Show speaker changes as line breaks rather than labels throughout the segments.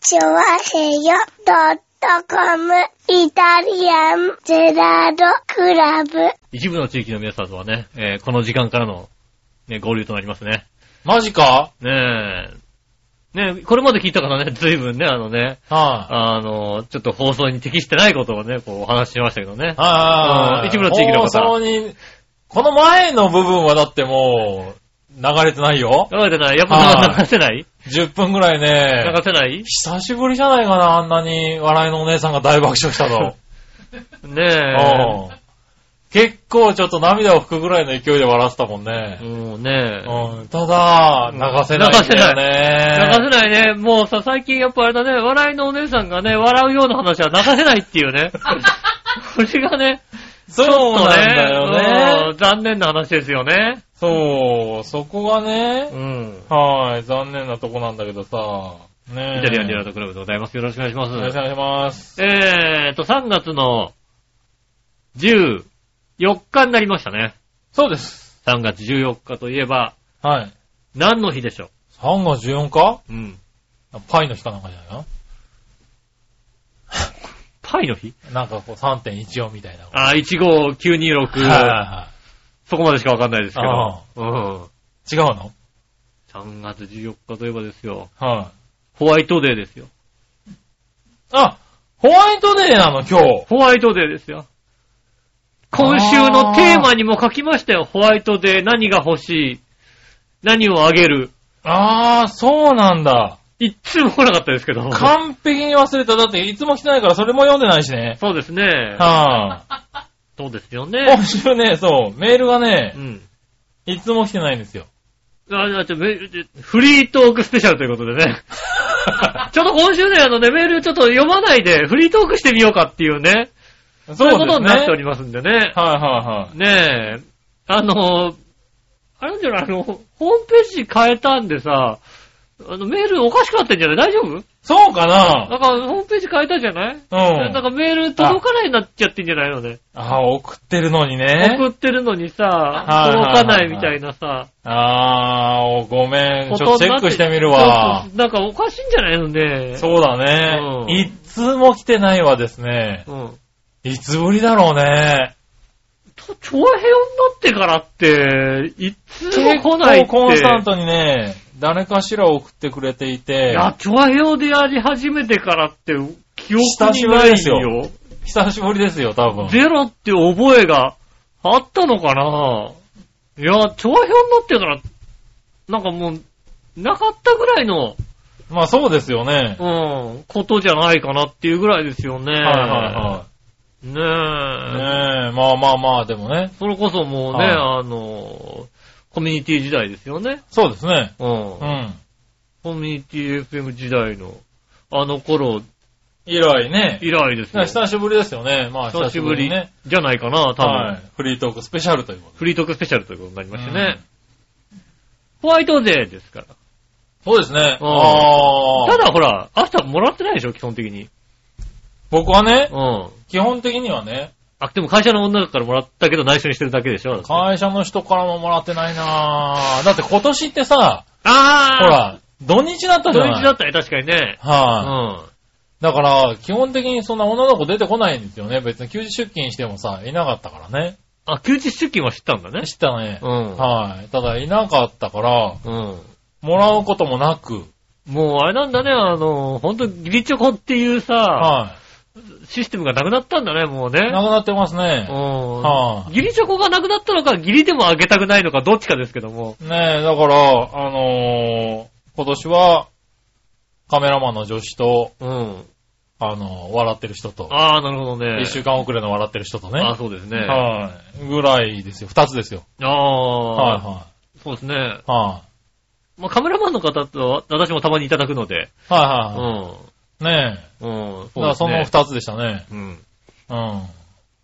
チョワヘヨドットコムイタリアンゼラードクラブ。
一部の地域の皆さんとはね、えーこの時間からの、ね、合流となりますね。
マジか
ねえ。ねえ、これまで聞いたからね、随分ね、あのね、
は
あの、ちょっと放送に適してないことをね、こうお話ししましたけどね
い。。は
う
い。
ん一部の地域の方
放送に、この前の部分はだってもう、流れてないよ。
流れてないやっ
は
ぱ
い
流せない
10分ぐらい
流
ね、
せない
久しぶりじゃないかな、あんなに笑いのお姉さんが大爆笑し たの。
ね
うん結構ちょっと涙を拭くぐらいの勢いで笑ってたもん
え。
ね。
もうね
うん、ただ、流せないんだ
流
よね。
せないね。もうさ、最近やっぱあれだね、笑いのお姉さんがね、笑うような話は流せないっていう ね。これがね、
そうなんだよ
うん
ね。
残念な話ですよね。
そう、そこがね
う、ん。
はい、残念なとこなんだけどさ、ねえ
イタリアンディラートクラブでございます。よろしくお願いしま
よろしく
す
お。願いします。
えーと、3月の14日になりましたね。
そうです。
3月14日といえば、
はい。
何の日でしょ
3月14日
ううん。
パイの日かなんかじゃないの
パイの日
なんかこう3.14みたいな。
あー、
はいはい
15926。
は
そこまでしかわかんないですけど。うん。
い違うの
3月14日といえばですよ。
はい。
ホワイトデーですよ。
あ、ホワイトデーなの今日。
ホワイトデーですよ。今週のテーマにも書きましたよ。ホワイトデー、何が欲しい何をあげる
あー、そうなんだ。
いっつも来なかったですけど。
完璧に忘れた。だっていつも来てないからそれも読んでないしね。
そうですね。
はぁ、
そうですよね
今。週ね、そう、メールがね
う、ん。
いつも来てないんですよ。
あ、じゃあちょめフリートークスペシャルということで ね。ちょっと今週ね、あのね、メールちょっと読まないで、フリートークしてみようかっていうね、
そう
い
で
うこ
す
とになってお
ね。
りますんでね。
はいは
ねえ、あの、あれじゃない、あの、ホームページ変えたんでさ、あの、メールおかしくなってんじゃない大丈夫
い。そうか
な
なん
か、ホームページ変えたじゃない、
うん
なん。かメール届かないようになっちゃってんじゃないのね。
あー、送ってるのにね。
送ってるのにさ、
はいはいはい
届かないみたいなさ、
あー、ごめん。
こ
ちょ
と
っとチ
に
ェ
な
ッ
って
クしてみるわ
ちょ。っとなんかおかしいんじゃないのね。
そうだね。
うん
いつも来てないわですね。
うん。
いつぶりだろうね。
と、長編になってからって、いつも来ないって。
結構コンスタントにね、誰かしら送ってくれてい
い
て、
や、長編を出やり始めてからって、記憶
久
に
しぶ
な
り
い
ですよ
よ。
久しぶりですよ、多分。
ゼロって覚えがあったのかないや、長編になってから、なんかもう、なかったぐらいの、
まあそうですよね。
うん、ことじゃないかなっていうぐらいですよね。
はいは
ね
い
え。
はい。ねえ、まあまあまあ、でもね。
それこそもうね、
はい
あの、コミュニティ時代ですよね。
そうですね。
うん
うん。
コミュニティ FM 時代の、あの頃
以来ね。
以来です
だから
ね。
久しぶりですよね。まあ久
久
し
し
ぶ
ぶ
り
り
ね。
じゃないかな、多分。
はい。フリートークスペシャルということで。
フリートークスペシャルということになりましてね。ホワイトデーですから。
そうですね。
うん
あ
た
あ。
だほら、朝もらってないでしょ、基本的に。
僕はね、
うん。
基本的にはね、
あ、でも会社の女の子からもらったけど内緒にしてるだけでしょ。だって
会社の人からももらってないなぁ。だって今年ってさ、
あ
ほ
ー
ら、土日だったじ
土
ゃない
日だったね、確かにね。う
はい、
ん。
だから、基本的にそんな女の子出てこないんですよね。別に休日出勤してもさ、いなかったからね。
あ、休日出勤は知ったんだね。
知ったね
う。ん。
はい。ただ、いなかったから、
うん。
もらうこともなく、
もうあれなんだね、あの、ほんとギリチョコっていうさ、
は
システムがなくなったんだね、もうね。
い。なくなってますね。は
う
あ
ん。ギリチョコがなくなったのか、ギリでもあげたくないのか、どっちかですけども。
ねえ、だから、あのー今年は、カメラマンの女子と、
うん。
あのー笑ってる人と、
ああ、なるほどね。
一週間遅れの笑ってる人とね。
ああ、そうですね。あ
はい。ぐらいですよ。二つですよ。
あ、
はいは
そうですね。
い。は
まあ、カメラマンの方と私もたまにいただくので。
い。は
う
いはいは
ん。
い。ねえ。
うん。
だからその
二。
二つでしたね。
うん。
うん。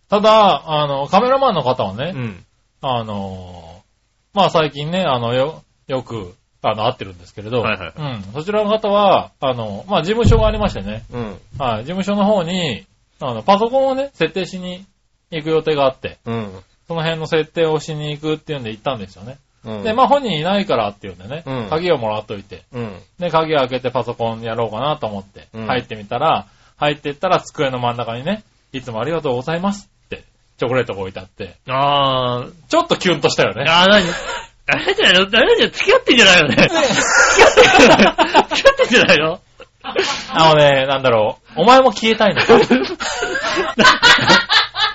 ただ、あの、カメラマンの方は
う
ね、
ん。
あの、まあ最近ね、あの、よ、よく、あの、会ってるんですけれど、
はいはい
うん。そちらの方は、あの、まあ事務所がありましてね、
うん。
はい、事務所の方に、あの、パソコンをね、設定しに行く予定があって、
うん。
その辺の設定をしに行くっていうんで行ったんですよね。
うん。
で、まあ本人いないからっていうんでね、
うん
鍵をもらっといて、
うん。
で、鍵を開けてパソコンやろうかなと思って、
うん
入ってみたら、入ってったら机の真ん中にね、いつもありがとうございますって、チョコレートが置いてあって、
あー、
ちょっとキュンとしたよね。
あー、なに、あれじゃないのあれじゃ付き合ってんじゃないよね。付き合ってんじゃない付き合ってんじゃない の
あのね、なんだろう、お前も消えたいのか。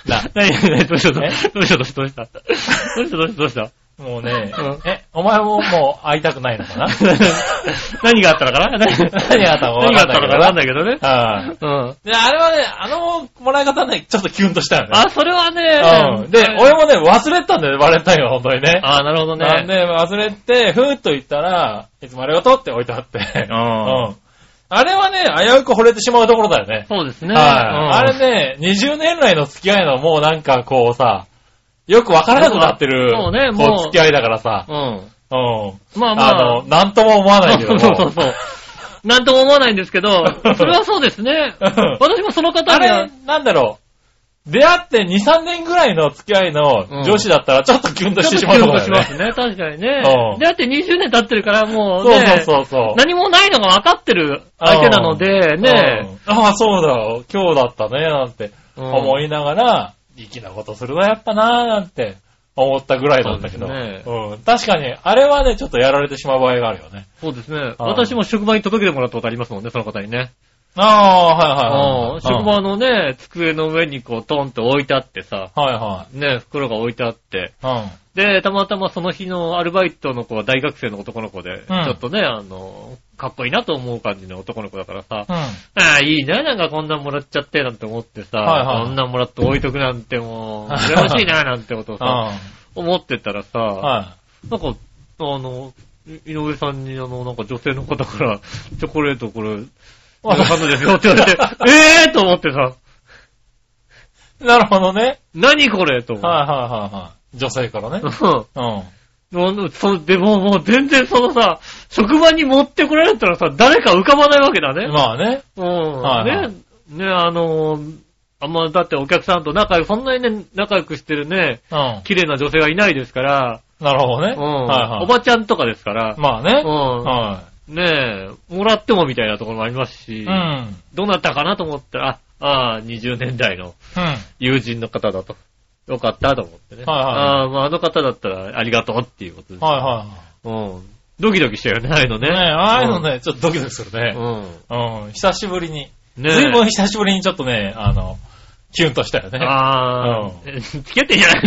な
何何どうしたど
え
うしたどうしたどうしたどうしたどうしたどうした
もうね、
うん
え、お前ももう会いたくないのか な
何があったのかな何
何があったのか
何
分
があ
か
った
んないけ
の
ど
かなんだけどね。
はい。
うん。
で、あれはね、あのもらい方ね、ちょっとキュンとしたよね。
あ、それは
う
ね
ん。、で、俺もね、忘れてたんだよね、バレンタインは本当にね。
あー、なるほどね。
なんで、忘れて、ふーっと言ったら、いつもありがとうって置いてあ って。うん。
あ
あれはね、危うく惚れてしまうところだよね。
そうですね。
はい。
うん
あれね、20年来の付き合いのもうなんかこうさ、よくわからなくなってる、
そうねもう
こ付き合いだからさ、
うん。
うん。
まあま
あ
あ
の、、なんとも思わないけど も。
そうそうそう。なんとも思わないんですけ ど、それはそうですね。
うん
私もその方
あ
に
れ
は、、
なんだろう。出会って2、3年ぐらいの付き合いの女子だったら、ちょっとキュンとしてしまう
ち
と
ょっ
こ
と
だ
し
よ
ま
ね。
すね。確かにね
う。ん
だって20年経ってるからもう
そう
ね、
そうそうそう。
何もないのが分かってる相手なので、ね。
うんああ、そうだ、今日だったね、なんて
うん
思いながら、粋なことするな、やっぱな、なんて思ったぐらいなんだけど。
そうです
うん確かに、あれはね、ちょっとやられてしまう場合があるよね。
そうですね。
うん
私も職場に届けてもらったことありますもんね、その方にね。
ああ、
うん
はいはい
職
はい。
場のね、机の上にこう、トンと置いてあってさ、
場は
ね、袋が置いてあって、
いはい。
で、たまたまその日のアルバイトの子は大学生の男の子で、ちょっとね、あの、かっこいいなと思う感じの男の子だからさ、
うん。うん。
ああ、いいな、なんかこんなんもらっちゃって、なんて思ってさ、
はいはい
こんなんもらって置いとくなんてもう、羨ましいな、なんてことをさ、
う
思ってたらさ、
ん。は
なんか、あの、い井上さんに、あの、なんか女性の方から、チョコレートこれ、わかんないですよって言 われて、ええーと思ってさ、
い。なるほどね。
何これと思
は
っ
いはいはいはい。女性からね
て。。 うん
うん。
もうそうでも、もう全然そのさ、職場に持ってこられたらさ、誰か浮かばないわけだね。
まあね。
うん。
はいはい
ね、ね、あのーあんま、だってお客さんと仲良く、そんなにね、仲良くしてるね、
う
綺麗な女性はいないですから、
ん。なるほどね。
うん。
はいはい。
おばちゃんとかですから、
まあね。は
うん。ねえ、もらってもみたいなところもありますし、
い。うん。
どうなったかなと思ったら、あ、ああ、20年代の
うん。
友人の方だと。よかったと思ってね。
はいはい
ああ、まああの方だったらありがとうっていうことです。
はいはいはい。
うん。ドキドキしたよね、ああいうのね。
ねえ、ああいうのね、ちょっとドキドキす
う
るね。
ん。
うん、久しぶりに。
ね
ずいぶん久しぶりにちょっとね、あの、キュンとしたよね。
ああ、
う
付き合ってんじゃない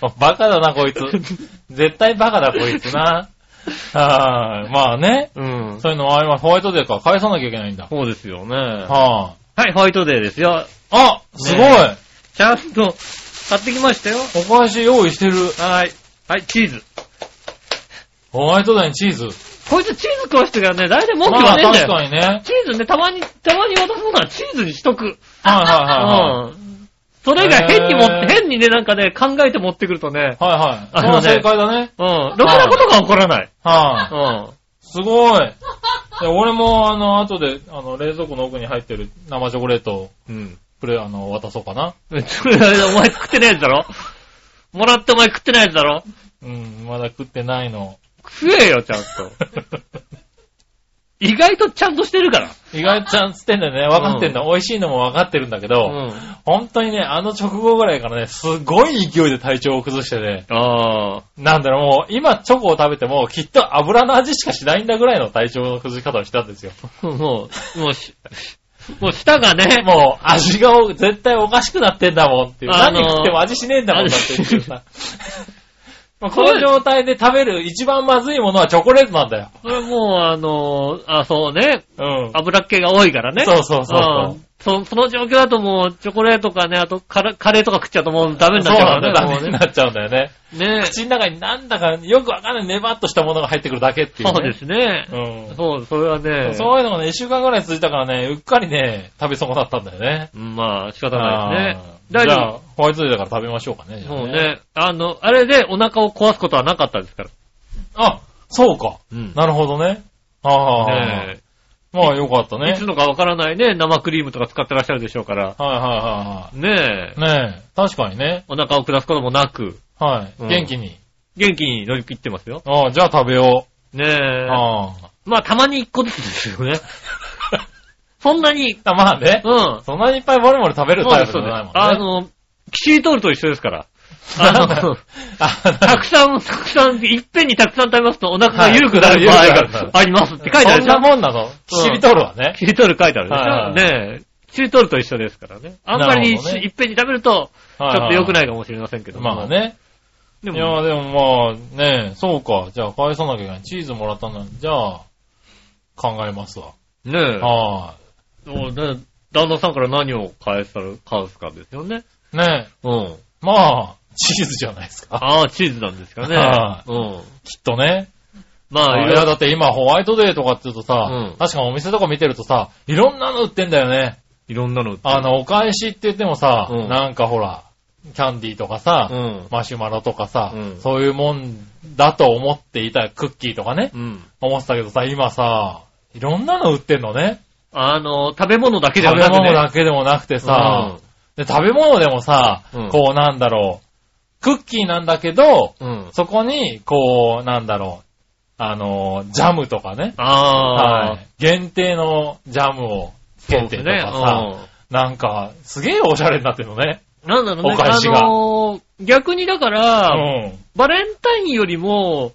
の
バカだな、こいつ。絶対バカだ、こいつ な。ああ、まあね。
うん。
そういうのはあります。ホワイトデーから返さなきゃいけないんだ。
そうですよね。は、
はい
ホワイトデーですよ。
あ。あ、すごい。
ちゃんと買ってきましたよ。
お返し用意してる。
はい。はい、チーズ。
ホワイトデーにチーズ。
こいつチーズ食わしてからね、大体文句
ま
は
あ
ねえんだよ
確。かにね。はい
チーズね、たまに、たまに渡すものはチーズにしとく。
は
うん。それが変に持って
へー、
変にね、なんかね、考えて持ってくるとね、
いはい。はいはい。
あ
そ
のね
れは正解だね。
うん。ろくなことが起こらない。
はい。
うん。
すごい。で俺も、あの、後で、あの、冷蔵庫の奥に入ってる生チョコレートを、
うん。
プレ、あの、渡そうかな。
お前食ってないやつだろもらってお前食ってないやつだろ
うん、まだ食ってないの。
食えよ、ちゃんと。意外とちゃんとしてるから。
意外とちゃんつってんだよね。分かってんだ。美味しいのも分かってるんだけ
う
ど、
ん。
本当にね、あの直後ぐらいからね、すごい勢いで体調を崩してね、
ああ。
なんだろう、もう、今チョコを食べても、きっと油の味しかしないんだぐらいの体調の崩し方をしたん ですよ。
もう、もうし、もう舌がね、
もう、味がお絶対おかしくなってんだもんっていう。
あのー
何食っても味しねえんだもんだっていうさ。 まあこの状態で食べる一番まずいものはチョコレートなんだよ。
これもうあのーあ、そうね、
うん。
油っ気が多いからね。
そうそうそうそ
う
う。
んそその状況だともう、チョコレートかね、あとカレカレーとか食っちゃうともうダメになっちゃう
そ
か
うなんだよ。
ら
ダ
ね。
メになっちゃうんだよね。
もうねね
口の中になんだかよくわかんないネバっとしたものが入ってくるだけっていう、ね。
そうですね。
うん。
そう、それはね、
そういうのがね、一週間ぐらい続いたからね、うっかりね、食べ損なったんだよね。
うんまあ、仕方ないですね。
あー
大
じ
丈
ゃあ
夫。、
ホワイトデーだから食べましょうかね。じゃあ
そう。ね。あの、あれでお腹を壊すことはなかったですから。
あ、そうか。
うん
なるほどね。ああ、
ね
まあよかった
え
ね
いつ。のかわからないね、生クリームとか使ってらっしゃるでしょうから。
はいは
ねえ
いはいはい。ねえ、確かにね。
お腹を下すこともなく。
はい。
うん
元気に。
元気に乗り切ってますよ。
ああ、じゃあ食べよ
ねえ
う。。あ
まあ、たまに一個ずつですよね。 そんなに、
あ。まあね。
うん。
そんなにいっぱいもりもり食べる
そう
タ
で
イ
す、
プ
そ
じ
う
ゃ
です
ないもんね。
あ、の、キシリトールと一緒ですから。
なん
あ
だ
の、
あ
たくさん、たくさん、いっぺんにたくさん食べますとお腹が緩くなる場
はい
合
緩くなる
がありますって書いてある
そ
で
ん
し
な
ょ
もんなの。キシリトールはね。
キシリトール書いてあるでしょ、
はい
ねえ。キシリトールと一緒ですからね。あんまり
なるほどね
いっぺんに食べると、ちょっと良くないかもしれませんけども。
まあね。
で
い
も。
や、でもまあ、ねそうか。じゃあ、返さなきゃいけない。チーズもらったんだ。じゃあ、考えますわ。
ねえ。
は
もうね、旦那さんから何を返さる、返すかですよね。
い。ね
うん。
まあ、チーズじゃないですか。
ああ、チーズなんですかね。
は
うん。
きっとね。
まあ、い
い
ろい
や、
ろ、
だって今、ホワイトデーとかって言うとさ、
うん
確かお店とか見てるとさ、いろんなの売ってんだよね。
いろんなの売ってる
あ、の、お返しって言ってもさ、
うん
なんかほら、キャンディーとかさ、
うん。
マシュマロとかさ、
うん
そういうもんだと思っていたクッキーとかね、
うん。
思ってたけどさ、今さ、いろんなの売ってんのね。
あの、食べ物だけ
食
じゃ
べ
なくて、
物だけでもなくてさ、で食べ物でもさ、
うん
こうなんだろう、クッキーなんだけど、
うん。うん。
そこに、こう、なんだろう、あの、ジャムとかね、
ああ、
はい、限定のジャムをつ
そうです
けてと
ね
か。さ、なんか、すげえおしゃれになってるのね。
うんなんだろうね。
お返しが
あのー逆にだか
う
ら、
ん。
バレンタインよりも、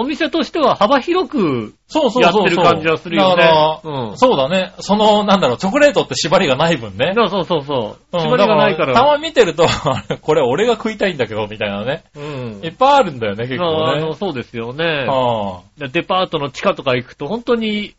お店としては幅広く、
そうそうそうそう。
やってる感じはするよね
だか
うん
ら、そうだね。その、なんだろう、チョコレートって縛りがない分ね。
そうそうそうそう、
うん
縛りがないから。
だたまに見てると、 あれこれ俺が食いたいんだけど、みたいなね。
うん
いっぱいあるんだよね、結構
あ
ね
の。そうですよね。
あ
デパートの地下とか行くと、本当に、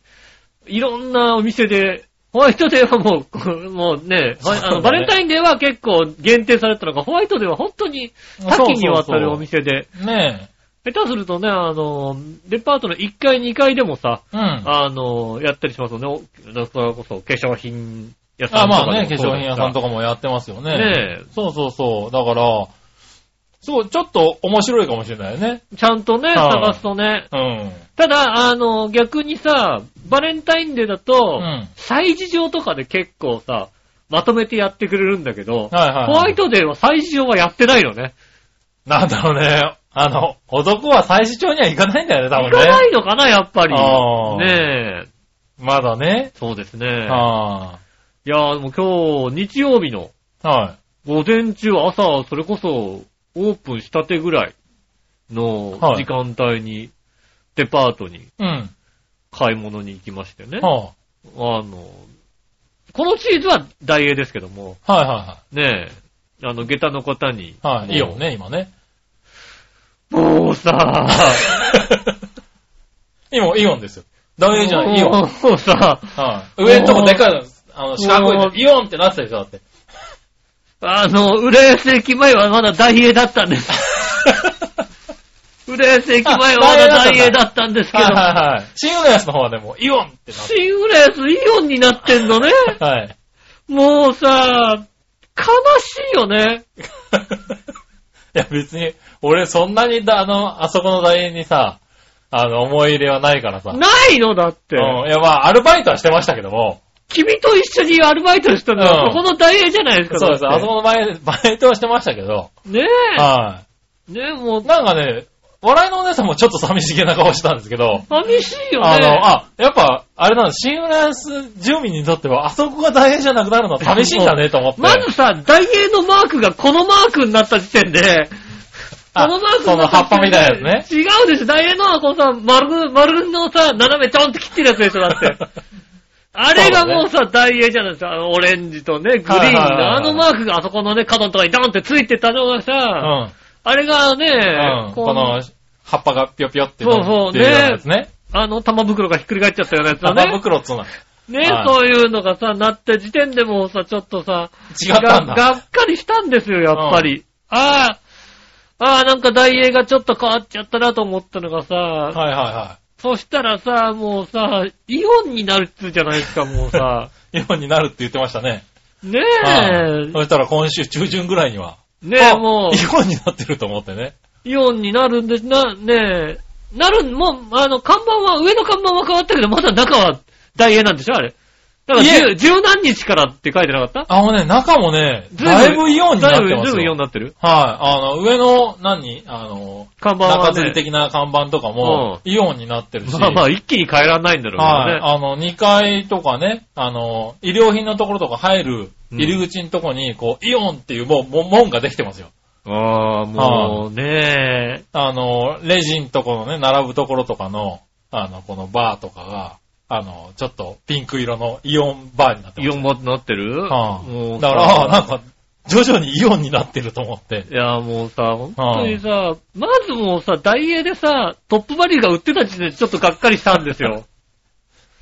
いろんなお店で、ホワイトデーはもうこう、 もうね、
そうだね
あのバレンタインデーは結構限定されてたのが、ホワイトデーは本当に多岐にわたるお店で、
あ。ね
下手するとね、あの、デパートの1階、2階でもさ、
え。うん。
あの、やったりしますよねお。それこそ化粧品屋さ
あ、
んと
ま
か
あね、化
でもそう
粧
だし
品屋さんとかもやってますよね。
ねえ
そうそうそう。だから、そう、ちょっと面白いかもしれないよね。
ちゃんとね、
はい
探すとね。
うん。
ただ、あの、逆にさ、バレンタインデーだと、
うん。
サイズ上とかで結構さ、まとめてやってくれるんだけど、
はいはい。
ホワイ。トデーはサイズ上はやってないのね。
なんだろうね。あの、男は最初には行かないんだよね、多
行
分ね。
かないのかな、やっぱり。
あー
ねえ。
まだね。
そうですね。
あ
いやー、でも今日、日曜日の
あ。はい。
午前中、朝、それこそ、オープンしたてぐらいの
は
時
い
間帯に、デパートに
うん。
買い物に行きましてね。
は
あの、このチーズは大英ですけども、
あ、はいは
ねえ、あの、下駄の方に。
いはい。はい。いいよね、今ね。
もうさ、
今、 イオンですよ。ダメじゃん、イオン。
もうさ、
はい。上のとこでかいの、あの、四角い。イオンってなってたでしょ、だって。
あの、浦安駅前はまだ大英だったん です。浦安駅前はまだ大英だったんですけ
は
ど
い、はいはい。シングルのやつの方はね、もう、イオンってなって
新浦安イオンになってんのね。
た。はい。
もうさ、悲しいよね。
いや、別に、俺そんなにだ、あの、あそこの大園にさ、あの、思い入れはないからさ。
ないのだって。
うん。いや、まあ、アルバイトはしてましたけども。
君と一緒にアルバイトしたのは、
うん
そこの大英じゃないですか。
そうです。
だっ
あ
て
そこのバイバイトはしてましたけど。
ね
は
え。ねえ、もう
い。、なんかね、笑いのお姉さんもちょっと寂しげな顔してたんですけど。
寂しいよね。
あの、あ、やっぱ、あれなんだ、シングランス住民にとっては、あそこが大変じゃなくなるのは寂しいんだね、と思って。
まずさ、ダイエーのマークがこのマークになった時点で、
あ
このマーク
そ
にな
の
った
葉っぱみたいなやつね。
違うでしょ、ダイエーのはこのさ、丸、丸のさ、斜めちょんって切ってるやつでしょ、だ って。 あれがもうさ、ダイエーじゃないですか。あのオレンジとね、グリーン
はいはいはいは
の
い
あのマークがあそこのね、角のとこにドンってついてたのが
う
さ、
ん。
あれが
うん
ね、
この、葉っぱがぴょぴょって
そうそう
っていうようなやつね。
あの玉袋がひっくり返っちゃったようなやつだ
玉
ね。
袋っつうのは。
ね、
はい
そういうのがさ、なった時点でもうさ、ちょっとさ、
違ったん
が
だ。
がっかりしたんですよ、やっぱり。ああ、ああ、なんか大映がちょっと変わっちゃったなと思ったのがさ、
はいは
そしたらさ、もうさ、イオンになるっつうじゃないですか、もう さ。
いはい。イオンになるって言ってましたね。
ね
はい
え、
そしたら今週中旬ぐらいには。
ねえ、
あ
もう、
イオンになってると思ってね。
イオンになるんです、な、ねえ、なるん、もう、あの、看板は、上の看板は変わったけど、まだ中は大映なんでしょ、あれ。から
い
十、十何日からって書いてなかった
あのね、中もね、だいぶイオンになってま
だいぶ
す
イオン
よ。
になってる
はい。あの、上の、何あの、
看板は
中
ね
吊り的な看板とかも、イオンになってるし。
まあまあ、一気に変えらんないんだろう
はい。
け
あの、2階とかね、あの、医療品のところとか入る入り口のところに、こう、イオンっていうもうも門ができてますよ。
どね。ああ、もうね
あの、レジンとこのね、並ぶところとかの、あの、このバーとかが、あの、ちょっとピンク色のイオンバーになって
イ
ます
オンもなってる
は
もう
だから、あなんか、徐々にイオンになってると思って。
いや、もうさ、本当にさ、まずもうさ、ダイエーでさ、トップバリューが売ってた時点でちょっとがっかりしたんですよ。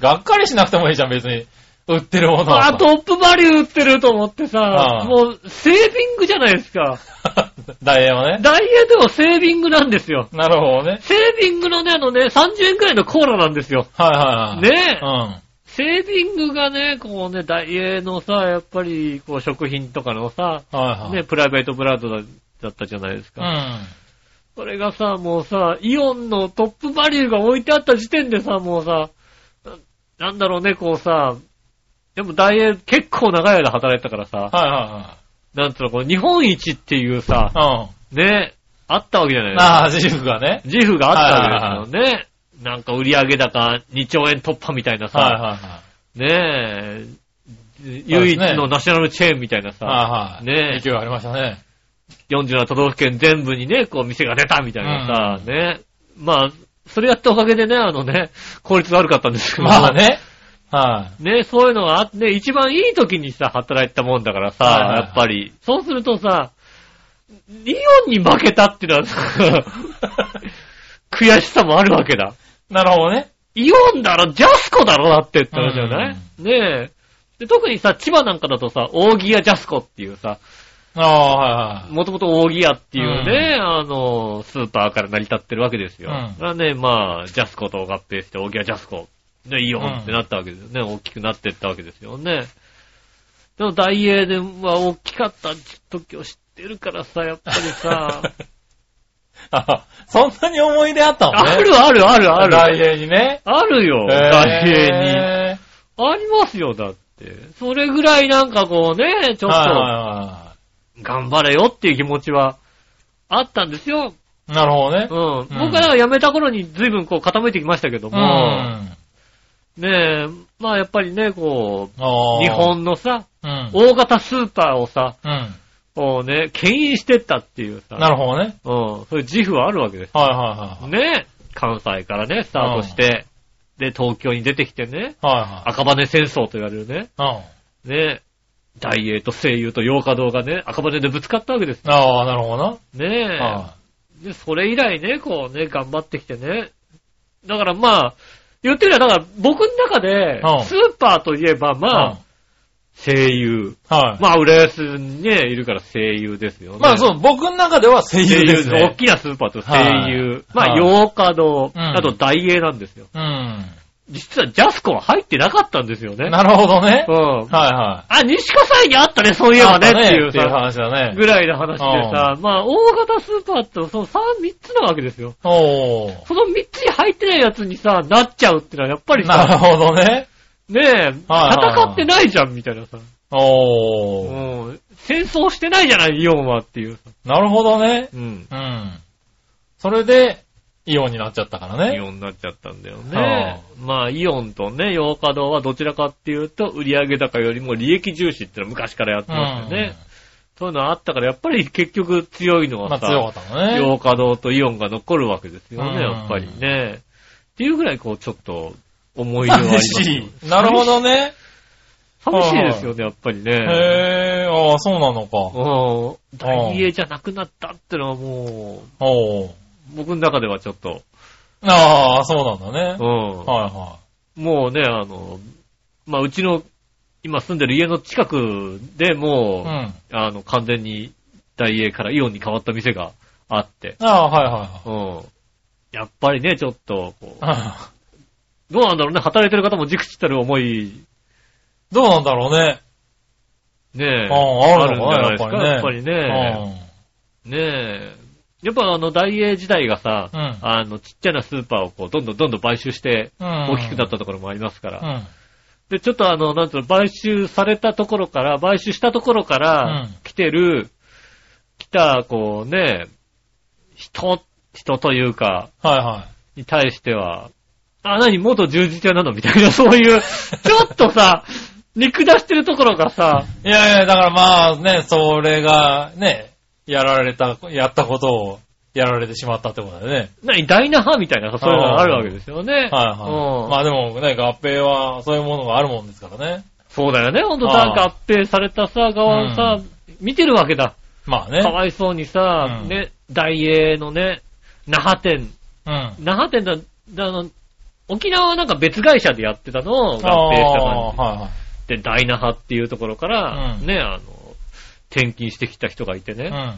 がっかりしなくてもいいじゃん、別に。売ってるものは
あ、トップバリュー売ってると思ってさ
は、い
もうセービングじゃないですか。
ダイエーはね。
ダイエーでもセービングなんですよ。
なるほどね。
セービングのね、あのね、30円くらいのコーラなんですよ。
はいはいはい。
ねえ。
うん。
セービングがね、こうね、ダイエーのさ、やっぱり、こう、食品とかのさ、
はいはい。
ね、プライベートブランドだだったじゃないです
う
か。
ん。
それがさ、もうさ、イオンのトップバリューが置いてあった時点でさ、もうさ、ななんだろうね、こうさ、でもダイエー結構長い間働いてたからさ、
はいは
なんつうの、この日本一っていうさ
い、はい。うん。
ね、あったわけじゃないですか。
ああ、ジフがね。
自負があったわけですよね。なんか売上高2兆円突破みたいなさ、
はいはいは
ねえ、
そう
唯
で
一
すね。
のナショナルチェーンみたいないさ、
はいはい。
ねえ
勢いありましたね。
47都道府県全部にね、こう店が出たみたいなさ、ね。まあ、それやったおかげでね、あのね、効率悪かったんですけど。
まあ。ね。は
ね、そういうのがあって、一番いい時にさ、働いてたもんだからさ、
はいはい
やっぱり。そうするとさ、イオンに負けたっていうのはさ、 悔しさもあるわけだ。
い。なるほどね。
イオンだろ、ジャスコだろだってって話じゃない、ねえ。で特にさ、千葉なんかだとさ、扇屋ジャスコっていうさ、
ああ、はいはい。
もともと扇屋っていうね、あの、スーパーから成り立ってるわけですよ。
うん
だからね、まあ、ジャスコと合併して、扇屋ジャスコ、ね、イオンってなったわけですよね。大きくなってったわけですよね。でも、ダイエーでは大きかった時を知ってるからさ、やっぱりさ、
あそんなに思い出 あったのね。
あるあるあるある。
ダイエーにね。
あるよ、ダイエーに。
へー
ありますよ、だって。それぐらいなんかこうね、ちょ
はい
っ
は
と、頑張れよっていう気持ちは、あったんですよ。
いはい。なるほどね
う。ん。僕は辞めた頃に随分こう傾いてきましたけど
うん
も、ねえ、まあやっぱりね、こ
あ
う、
ー
日。本のさ、
うん。
大型スーパーをさ、
うん。
こうね、牽引してったっていうさ、
なるほどね。
うん、そういう自負はあるわけです。
はいはいはい。
ねえ、関西からね、スタートして、で、東京に出てきてね、
は
赤羽戦争と言われるね、
いはい。うん。
ねえ、ダイエーと声優と洋華堂がね、赤羽でぶつかったわけです。
ああ、なるほどな。
ねえ。
は
で、それ以来ね、こうね、頑張ってきてね。だからまあ、言ってみれば、だから僕の中で
うん、
スーパーといえば
い。
まあ、声優。
あ。はい。
まあ、浦安にね、いるから声優ですよね。
まあそう、僕の中では声
声
優
優
で
ですす大
ね。
きなスーパーと声優。ま
はい
あ、洋華堂、
うん
あとダイエーなんですよ。
うん。
実はジャスコは入ってなかったんですよね。
なるほどね
う。ん。
はいはい。
あ、西葛西にあったね、そういえ
あ
ば
っ
ね、
た
っていう
っていう
さ。
話だね。
ぐらいの話でさ、まあ、大型スーパーってその3、3つなわけですよ。
おー。
その3つに入ってないやつにさ、なっちゃうってのはやっぱり
なる
さ、
ほどね。
ねえ、
はいはい
戦ってないじゃんみたいなさ、う
おー。
ん、戦争してないじゃない、イオンはっていうさ。
なるほどね。
うん。
うん。それで、イオンになっちゃったから
イ
ね。
オンになっちゃったんだよね。まあ、イオンとね、洋華堂はどちらかっていうと、売上高よりも利益重視ってのは昔からやって
う
まし
ん。
たよね。そういうのあったから、やっぱり結局強いの
ま
は
あ
さ、
強かったのね。
洋華堂とイオンが残るわけですよ
うん
ね、やっぱりね。っていうぐらい、こう、ちょっと、思 い出はありま
寂
すよ
し い。なるほど ね。
寂しいですよね、やっぱりね。
へー、ああ、そうなのか。
うん。大英じゃなくなったってのはも
おー。
う、僕の中ではちょっと、
ああ、そうなんだ
う
ね。
ん。
はいは
もうね、あの、まあ、うちの、今住んでる家の近くで
い。う
も
ん。
う、
あ
あの、完全に大英からイオンに変わった店があって、
あ、はいは
うん。やっぱりね、ちょっと、こ
いはい。
う、どうなんだろうね、働いてる方もじくちたる思い、
どうなんだろうね。
ねえ、
ああ、ある
ん
の
じ
か
ゃ
な
ないですか、やっぱりね。ねえ。やっぱあの、大英時代がさ、
うん
あの、ちっちゃなスーパーをこう、どんどんどんどん買収して、
うん。
大きくなったところもありますから、
うん。
で、ちょっとあの、なんつうの、買収されたところから、買収したところから
うん
来てる、来た、こうね、人、人というか、
はいは
に対しては、あ、何、元十字架なのみたいな、 そういう、ちょっとさ、見下してるところがさ、
い。いやいや、だからまあね、それがね、やられた、やったことをやられてしまったってことだよね。
何、ダイナ派みたいなさ、そういうのがあるわけですよね。
はい
うん
はい。まあでもね、合併はそういうものがあるもんですからね。
そうだよね、ほんと
あ
さ、合
あ
併されたさ、側をさ、見てるわけだ。
まあね。
かわいそうにさ、
うん
ね、大英のね、那覇店、
うん。
那覇店だ、だあの、沖縄はなんか別会社でやってたのを合併した感
ああー、はいは
じ
い。
で、大那覇っていうところから、
うん
ね、あの、転勤してきた人がいてね、
うん。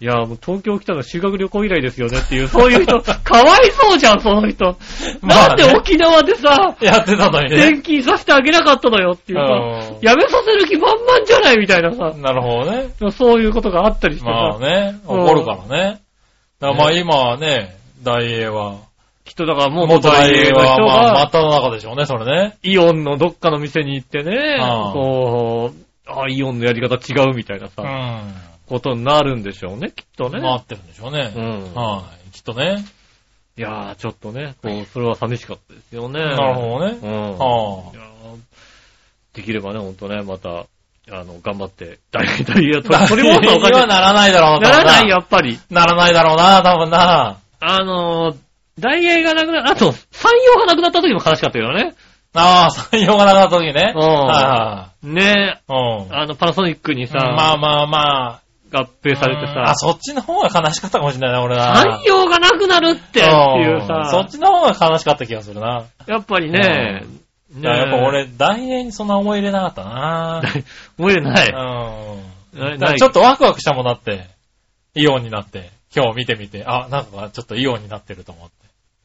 いや、もう東京来たの修学旅行以来ですよねっていう、そういう 人、かわいそうじゃん、その人。
ま
な
あ
ん
ね
で沖縄でさ、
やってたのに
転
ね。
勤させてあげなかったのよっていうさ
う、ん
やめさせる気満々じゃないみたいなさ、
なるほどね。
そういうことがあったりしてさ、
まあね、
うん
怒るからね。だからまあ今はね、大英は、
きっとだからもう
元大英は、
人
まあ、真
が
っ、只中でしょうね、それね。
イオンのどっかの店に行ってね
あ、あ
こう、あイオンのやり方違うみたいな
う
さ、
ん。
ことになるんでしょうね、きっとね。
なってるんでしょうね。
うん
はい。きっとね。
いやー、ちょっとね、こう、それは寂しかったですよね。
なるほどね。
うん。や
はい
ーできればね、ほんとね、また、あの、頑張って、大変 大変、
あ。
取り戻すお
には
金。
ならないだろう
ならない、。やっぱり。
多分なならないだろうな、多分な。
あのー、大英がなくな、あと、産業がなくなった時も悲しかったけどね。
ああ、採用がなかった時ね。
うん
は
ね
いはい。うん。
あの、パナソニックにさ、
まあまあまあ。
合併されて
うん
さ
あ、、そっちの方が悲しかったかもしれないな、俺な。
産業がなくなるってっていう
うんそっ
さ、
ちの方が悲しかった気がするな。
やっぱりね、
い
ね
ややっぱ、俺、大英にそんな思い入れなかったな
思えない。
う
ない
ん。だからちょっとワクワクしたもんだって、イオンになって、今日見てみて、あ、なんかちょっとイオンになってると思って。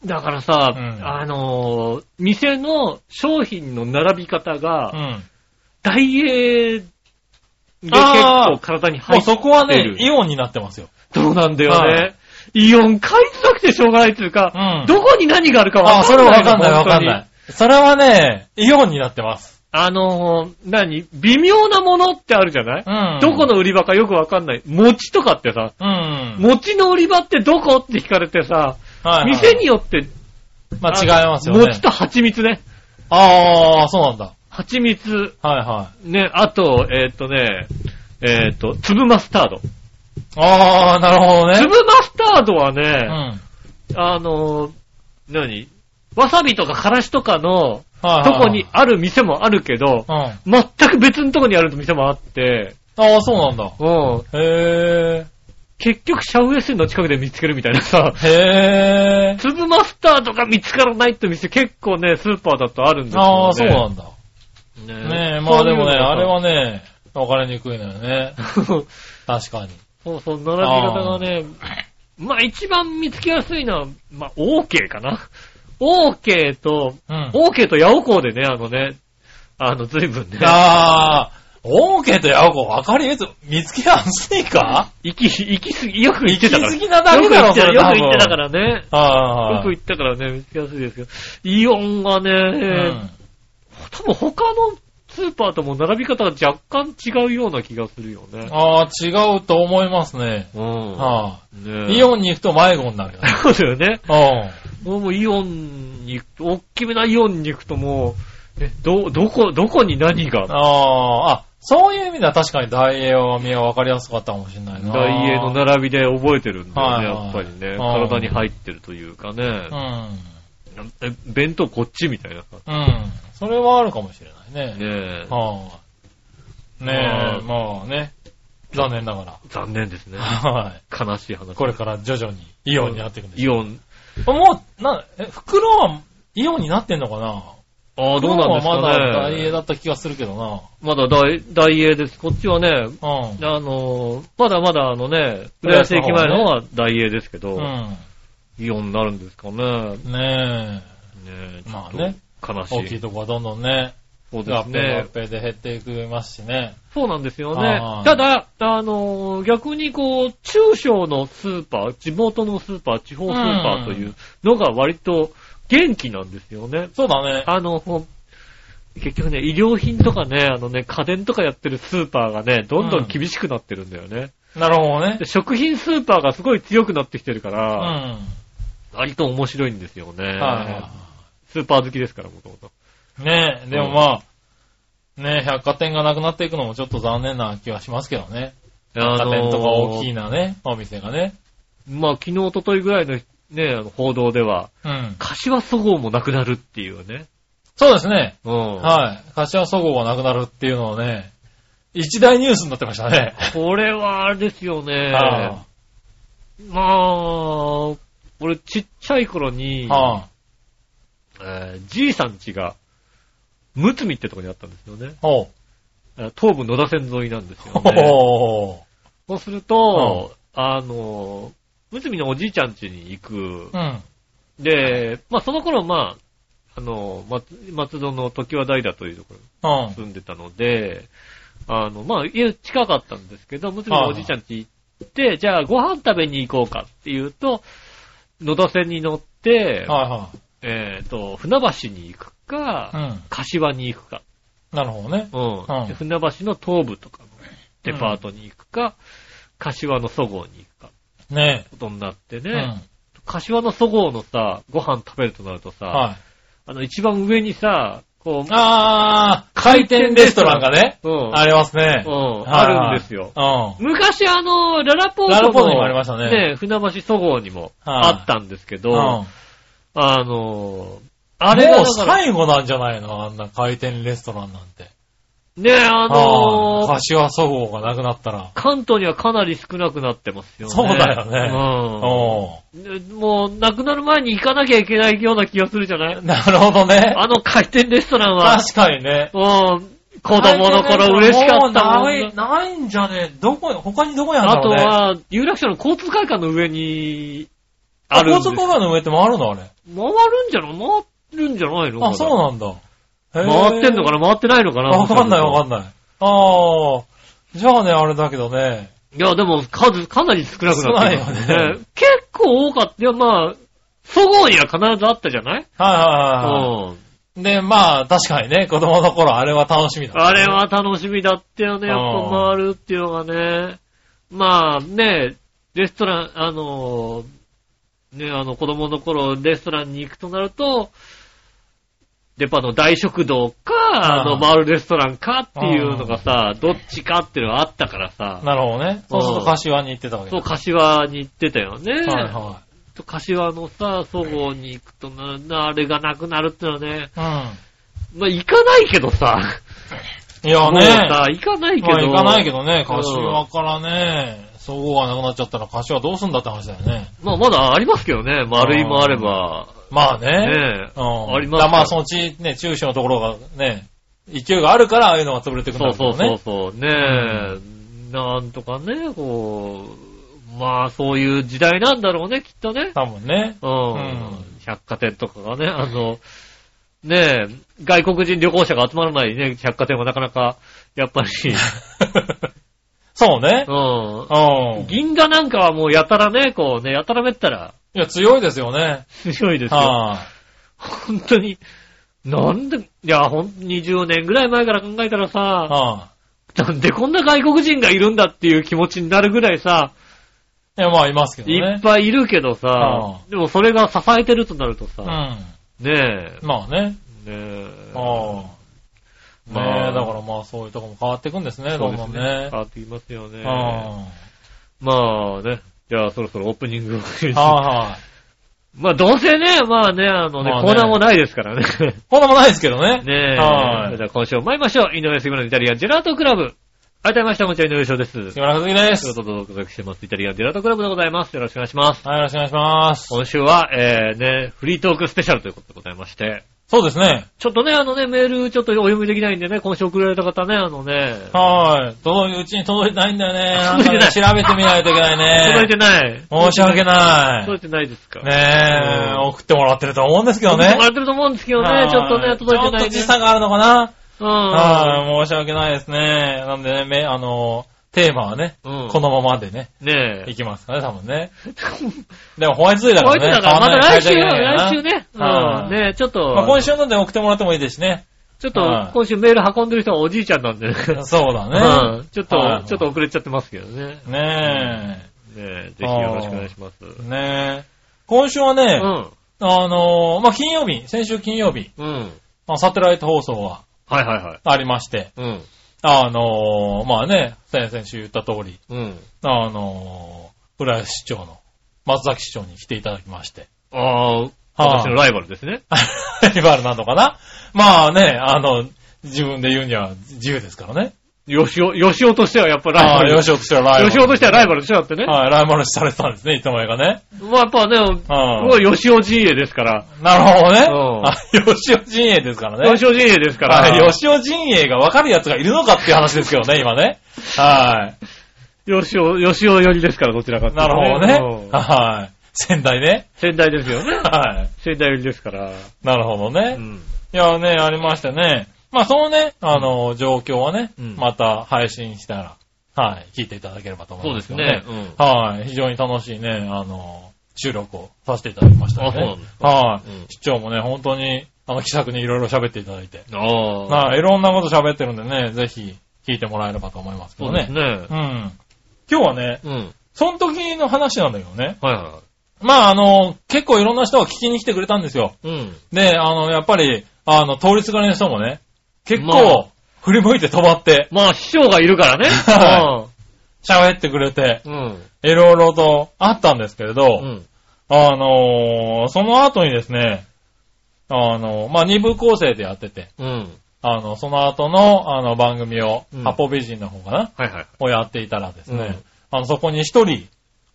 だからさ、
うん
あのー、店の商品の並び方が、
うん。
ダイエーで結
あー
構体に
も
入
う
ってる。
そこはね、イオンになってますよ。
そうなんだよ
は
ね。イオン買いづらくてしょうがないというか、
うん
どこに何があるか
あ、
わか
そ
ん
れ
ない
は
の。
わかんないわ
本当
かん
に
ない。それはね、イオンになってます。
あのー、何微妙なものってあるじゃない、
うん。
どこの売り場かよくわかんない。餅とかってさ、
うん。
餅の売り場ってどこって聞かれてさ、
はいはい
店によって、
まあ違いますよね。
餅と蜂蜜ね。
ああ、そうなんだ。
蜂蜜、
はいはい。
ね、あと、えーっ、とね、えーっ、と、粒マスタード。
ああ、なるほどね。
粒マスタードはね、
うん。
あのー、何わさびとかからしとかの、
はいはいはい
とこにある店もあるけど
う、ん。あ
全く別のとこにある店もあって、
あ、そうなんだ。
うん。
へ
結局、シャウエッセンの近くで見つけるみたいなさ、
え。へえ。
粒マスタードが見つからないって店結構ね、スーパーだとあるんですよ、ね。
ああ、そうなんだ。
ね
ねえ、まあでもね、あれ。は
そういうのが
ね、わかりにくいのよね。確かに。
そうそう、並び方がね、まあ一番見つけやすいのは、まあ、OK かな。OK と、
うん。
OK とヤオコーでね、あのね、あの、随分ね、
ああ、オーケーとヤオコわかりやすい、見つけやすいか
行き、行き過ぎ、よく行ってたから。
行き過ぎなだけだろ
よく行ってた
それ多分
よく行ってたからね。よ
ああ、
く行ったからね、見つけやすいですけど。イオンはね、
うん
多分他のスーパーとも並び方が若干違うような気がするよね。
ああ、違うと思いますね。
うん。
はあ、
ね
イオンに行くと迷子になるよね。
そうだよね。
う
俺もイオンに行くと、大きめなイオンに行くともう、ね、ど、どこ、どこに何
ん。
が、
ああー、あ、そういう意味では確かに大英は見はわかりやすかったかもしれないな。
ダイエーの並びで覚えてるんだよね、
はいはい
やっぱりね。
うん
体に入ってるというかね。え弁当こっちみたいなさ。
うん。うん。それはあるかもしれないね。
ねえ。
はあ、ねえ、まあね。残念ながら。
残念ですね。
はい。
悲しい話。
これから徐々にイオンになっていくんでし
イ
ょ。
オン。
もう、な、え、袋はイオンになってんのかな
ああ、どうなんです
袋はまだ
か
ダイエー
ね。
だった気がするけどな。
まだダイダイエーです。こっちはね、
うん。
あのー、まだまだあのね、浦安駅前の方はダイエーですけど、
う
イオンになるんですかね。ね
ん。ね
え
え。まあね。
ちょっと悲し
大
い
きい。とこはどんどんね、
そう
合
です
併
ね
合。併で減っていきますしね。
そうなんですよね
あ。ー
ただ、あのー、逆にこう、中小のスーパー、地元のスーパー、地方スーパーというのが割と元気なんですよね。
そうだね。
あの、こう結局ね、医療品とかね、あのね、家電とかやってるスーパーがね、どんどん厳しくなってるんだよね。
なるほどね
で。食品スーパーがすごい強くなってきてるか
うん。
ら、
は
割と面白いんですよね。
いは
スーパー好きですから、もともと。
い。ねえ、でもまあ、ねえ、百貨店がなくなっていくのもちょっと残念な気はしますけどね。百貨店とか大きい
い。
なね、お店がね。
まあ、昨日、おとといぐらいのね、あの報道では、
うん。
柏そごうもなくなるっていうね。
そうですね。
うん。
はい。柏そごうがなくなるっていうのをね、一大ニュースになってました ね。
これはあれですよね。
は
まあ、俺ちっちゃい頃
い
に、
は
えーじいさん家が、むつみってとこにあったんですよね。
い。ほう。
えー東武野田線沿いなんですよね。
ほ
そうすると、あの、むつみのおじいちゃん家に行く
う。うん。
で、まあその頃、まあ、あの、松松戸の時和平というところに
うん。
住んでたので、あの、まあ家近かったんですけど、娘のおじいちゃんって行って、じゃあご飯食べに行こうかっていうと、野田線に乗って、
はいは
えっ、と、船橋に行くか、
い。うん。
柏に行くか、
なるほどね。
うん
うん
で船橋の東部とかのデパートに行くか、柏のそごうに行くか、
ね
ことになって
え。
ね、柏のそごうのさ、ご飯食べるとなるとさ、
うん。はい。
あの、一番上にさ、こう、
あー、回転レストランがね、
うん、
ありますね。
うん
はいはい
あるんですよ
うん。
昔あの、ララポートの
ララポートにもありましたね
船橋そごうにも
はい
あったんですけど、
うん。
あの、あ
あ
れ
れも
が
う
だから、
最後なんじゃないのあんな回転レストランなんて。
ね、あ
ああ、
の、
柏そごうがなくなったら。
関東にはかなり少なくなってますよね。
そうだよねお
うん。もう、なくなる前に行かなきゃいけないような気がするじゃない
うんなるほどね。
あの回転レストランは、
確かにね。
うん、子供の頃嬉しかった
もう
も
ない、
ん。
ないんじゃねえ。どこ、他にどこにあるんだ
あと
ろうね。
は、有楽町の交通会館の上に、あ
あ
るん
高
です
速公路の上って回るのあれ。
回るんじゃない回るんじゃないの
あ、そうなんだ。
回ってんのか
な
な回ってないのかな
わかんないわ
ん
かんない。ああ。じゃあね、あれだけどね。
い。いや、でも数、かなり少なくなってます
少ないよね。
結構多かった。いや、まあ、そごうには必ずあったじゃない
はいはいはいはい。
うん。
で、まあ、確かにね、子供の頃あれは楽しみだった。
あれは楽しみだったよね。やっぱ回るっていうのがね。まあね、レストラン、あの、ね、あの子供の頃レストランに行くとなると、デパの大食堂か、あ
う
の
ん
回るレストランかっていうのがさ、どっちかっていうのがあったからさ、
なるほどね。そうすると柏に行ってたわけ
そう、
だ。
柏に行ってたよね。
はいは
と柏のさ、そごうに行くとな、なあれがなくなるってのはね、
い。
まあ行かないけどさ、
うん。いや
もう
ね。
さ行かないけ
ま
ど、
あ行かないけどね、柏からね、そごうがなくなっちゃったら柏どうすんだって話だよね。
まあ、まだありますけどね。丸いもあれば。
まあね。
ねえ。
うん。
あります
だからまあそのうち、ね、中小のところがね、勢いがあるからああいうのが潰れてくるん
そう
だけ
そ
ど
うそうそ
ね。
う。ねえ。なんとかね、こう、まあそういう時代なんだろうね、きっとね。
多分ね。
う
うん
ん。百貨店とかがね、あの、ねえ、外国人旅行者が集まらないね、百貨店はなかなか、やっぱ り、
そうね。
う
うん
ん。。銀河なんかはもうやたらね、こうね、やたらめったら
いや、強いですよね。
強いですよ。
は
本当に、なんで、いや、ほん、20年ぐらい前から考えたら
い。
さ、
は
なんでこんな外国人がいるんだっていう気持ちになるぐらいさ、
い。いや、まあ、いますけどね。
いっぱいいるけどさ
あ、
でもそれが支えてるとなるとさ、
う
ね
ん。まあね。
え、ねえ、
ああ。
ま
ね
あ
え、だからまあそういうとこも変わっていくんですね、
そ
ど
うんで
ど
す
ん
ね。
ね
変。わってきますよね
うん。。は
まあね、じゃあそろそろオープニングを。
いはい。
まあどうせね、まあね、あのね、
まあね
コーナーもないですから ね。
こんなもんないですけどね。
ねえ。
はい
じゃあ今週も参りましょう。井上杉村のイタリアンジェラートクラブ。改めまして、こんにちは、井上翔です。
木村和樹で
と
す
いう。ことでお届けしてます。イタリアンジェラートクラブでございます。よろしくお願いします。
はい、よろしくお願いします。
今週は、えー、ね、フリートークスペシャルということでございまして、
そうですね。
ちょっとね、あのね、メールちょっとお読みできないんでね、今週送られた方ね、あのね、
はい。届いうちに届いてないんだよね。なん
届いてない
かね調べてみないといけない
届いて
ね。
ない。
申し訳ない
届いてないですか。
ねえ、
うん
送ってもらってると思うんですけど
届いて
ね
も。らってると思うんですけど
は
ね
い、
ちょっとね、届いてな
ちょ
い
っと時
ね。
差があるのかな。
う
はい、申し訳ないですね。なんでね、めあの、テーマはね、
ん。うん。
このままでね、
ねえ
い。きますかね、多分ね。でもホワイトデーだ
こ
か
いつ
ら
だ
ね。
から、また来週
変わ
は、
んない
来
変
週
えちゃいけない
ね。
からな
うん。ねえ、ちょっと。
まあ今週ので送ってもらってもいいですしね。
ちょっと
はい、
今週メール運んでる人はおじいちゃんなんでね。
そうだ
う
ね。
んちょっと
はい、
ちょっと遅れちゃってますけどね。
ね
ねえ、ぜひよろしくお願いします。
え。ねえ。今週はね、
うん。
あのーまあ、金曜日、先週金曜日、
うん。
まあ、サテライト放送は
はいはいはい。
ありまして、
うん。
あのーまあね、先々週言った通り、
うん。
あのー浦安市長の、松崎市長に来ていただきまして、
ああ、
はい
私のライバルですね。
リバルなのかなまあね、あの、自分で言うには自由ですからね。
よしお、よしおとしてはやっぱライ
あ
バ
あ、
ル。
吉尾としてはライバル。
よしおとしてはライバ
ル。
ルでしょだってね。
はい、ライバル視されてたんですね、いつの間にかね。
まあやっぱね、
うん
僕はよしお陣営ですから。
なるほど
うん
ね。あ、吉尾陣営ですからね。
よしお陣営ですから。
はい、吉尾陣営が分かる奴がいるのかっていう話ですけどね、今ね。はい。
よしお、よしお寄りですから、どちらかってい
な
うと
るほどね。
うん
はい。仙台ね。
仙台ですよね。
はい。
仙台寄りですから。
なるほど
う
ね。
ん。
いやね、ありましたね。まあ、そのね、あの、状況はね、
うん
また配信したら、はい、聞いていただければと思い
そう
ま
ですす
けど
ね。
はい、非常に楽しいね、あの、収録をさせていただきましたね。
あそうなんです
はい、
うん
市長もね、本当に、あの、気さくにいろいろ喋っていただいて、
うん。ああ。
はい、いろんなこと喋ってるんでね、ぜひ、聞いてもらえればと思いますけ
そ
ど
うで
ね。
すね
う。ん。今日はね、
うん。
その時の話なんだけどね。
はいは
まあ、あの、結構いろんな人が聞きに来てくれたんですよ。
い。うん。
で、あの、やっぱり、あの、通りすがりの人もね、結
ま
構、振り向いて止まって、
まあ、師匠がいる からね。
は喋ってくれて、
うん。うん。
いろいろとあったんですけれど、
うん。
あのーその後にですね、あのまあ、二部構成でやってて、
うん。
あの、その後の、あの、番組を、
うん
八方美人の方かな、
はいはい。
をやっていたらですね、
う
あの、そこに一人、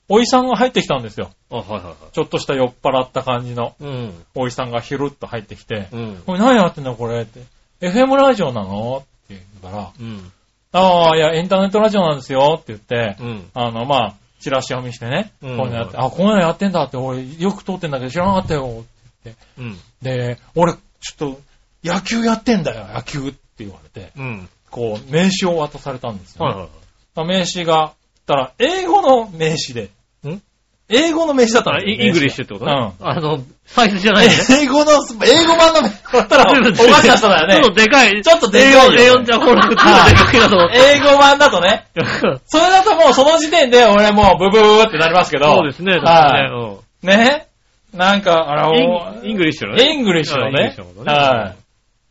おいさんが入ってきたんですよ。
あ、はいはいはい。
ちょっとした酔っ払った感じの
うん。
おいさんがひるっと入ってきて、
うん。
これ何やってんのこれって。FM ラジオなのって言うから、
うん。
ああ、いや、インターネットラジオなんですよって言って、
うん。
あの、まあ、チラシを見してね、
うん
こういうのやって、あ、こういうのやってんだって、俺、よく通ってんだけど知らなかったよ。
うん。
で、俺、ちょっと、野球やってんだよ、野球って言われて、
うん。
こう、名刺を渡されたんですよ、
は
ね。
いはい。
まあ名刺が、たら、英語の名刺で。
ん
英語の名刺だった
あ、
の
イイングリッシュってことね。
うん。
あの、サイズじゃない ね。
英語の、英語版の名刺だった ら、おかしな人だ
ちょっ
よ
と
ね。
でかい。
ちょっとでかいよね
A4 じゃ、ほら、ちょっとでかいなと思って。
英語版だとね。それだともうその時点で俺もうブブーってなりますけ ど。
そうですね、確か
は
にね
い。ね。なんか、あ
うん
の、
インイングリッシュのね。
イングリッシュの
あイングリッ
ね
シュのこ。とね
はい。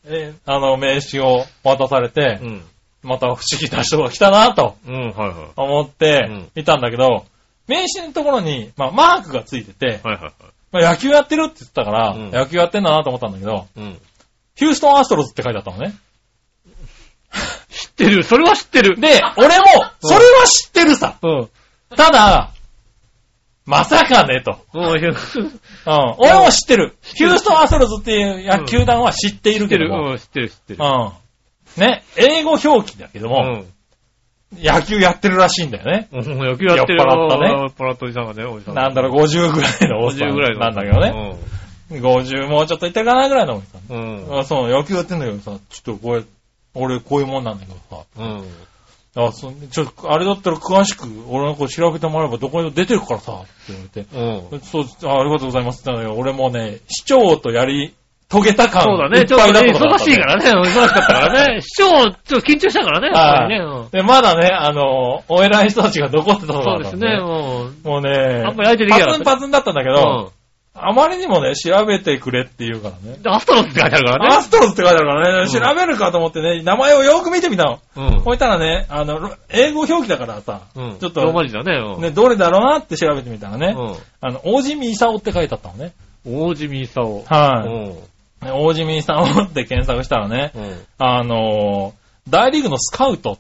えあの、名刺を渡されて
う、ん。
また不思議な人が来たなと
うん、はいは
思っ
う
て
ん
いたんだけど、名刺のところに、まあ、マークがついてて
い。、はいはいはい。
まあ、野球やってるって言ってたから、
うん
野球やってんだなと思ったんだけど、
うん。
ヒューストンアストロズって書いてあったのね。
知ってる、それは知ってる。
で、俺も、それは知ってるさ。
うん。
ただ、まさかね、と。
もう、知っ
うん。俺も知ってる。ヒューストンアストロズっていう野球団は知っている
て
けど
る。
も。
うん、知ってる、知ってる。
うん。ね、英語表記だけど
う
も、
ん。
野球やってるらしいんだよね。
うん、野球やってる。
酔っ払ったね
酔っ払ったおじさんがね、おじさんが。
なんだろう、50ぐらいのおっさん
50ぐらいの。
なんだけどね。50もうちょっといってるかなぐらいのおじさん。
うん。うん。
あそう、野球やってんだけどさ、ちょっとこれ、俺こういうもんなんだけどさ。
うん。
あ、そちょっと、あれだったら詳しく、俺の子調べてもらえばどこにも出てるからさ、って言われて。
うん。
そう、あありがとうございますって言ったんだけど、俺もね、市長とやり遂げた感
そうだね、
いっ
ちょっ
ぱい
と
だ
ね
った
忙しいからね、忙しかったからね。市長、ちょっと緊張したからね、 やっぱりね。うん
で、まだね、あの、お偉い人たちが残ってたとこ
そ
ろ
うで
だった
す
ん
ね、
ね。
もう。
もうね、
あんまり相手できなか
パ
っ
ツン
た
パツンだったんだけ
う
ど、あまりにもね、調べてくれって言うからね。
ん。アストロズって書いてあるから
ア
ね。
ストロズって書いてあるからね、
う
調
ん
べるかと思ってね、名前をよく見てみたの。
うん
こういったらね、あの、ロ英語表記だからさ、
うん。
ち
ちょ
ょっ
っ
と
と。ローマ字だね。うん
ね、どれだろうなって調べてみたらね、
う
あの、大地サオって書いてあったのね。
ん。大地ミサオ。
はい。
うん。
ね大地民さんをって検索したらね、
うん。
あのー大リーグのスカウトっ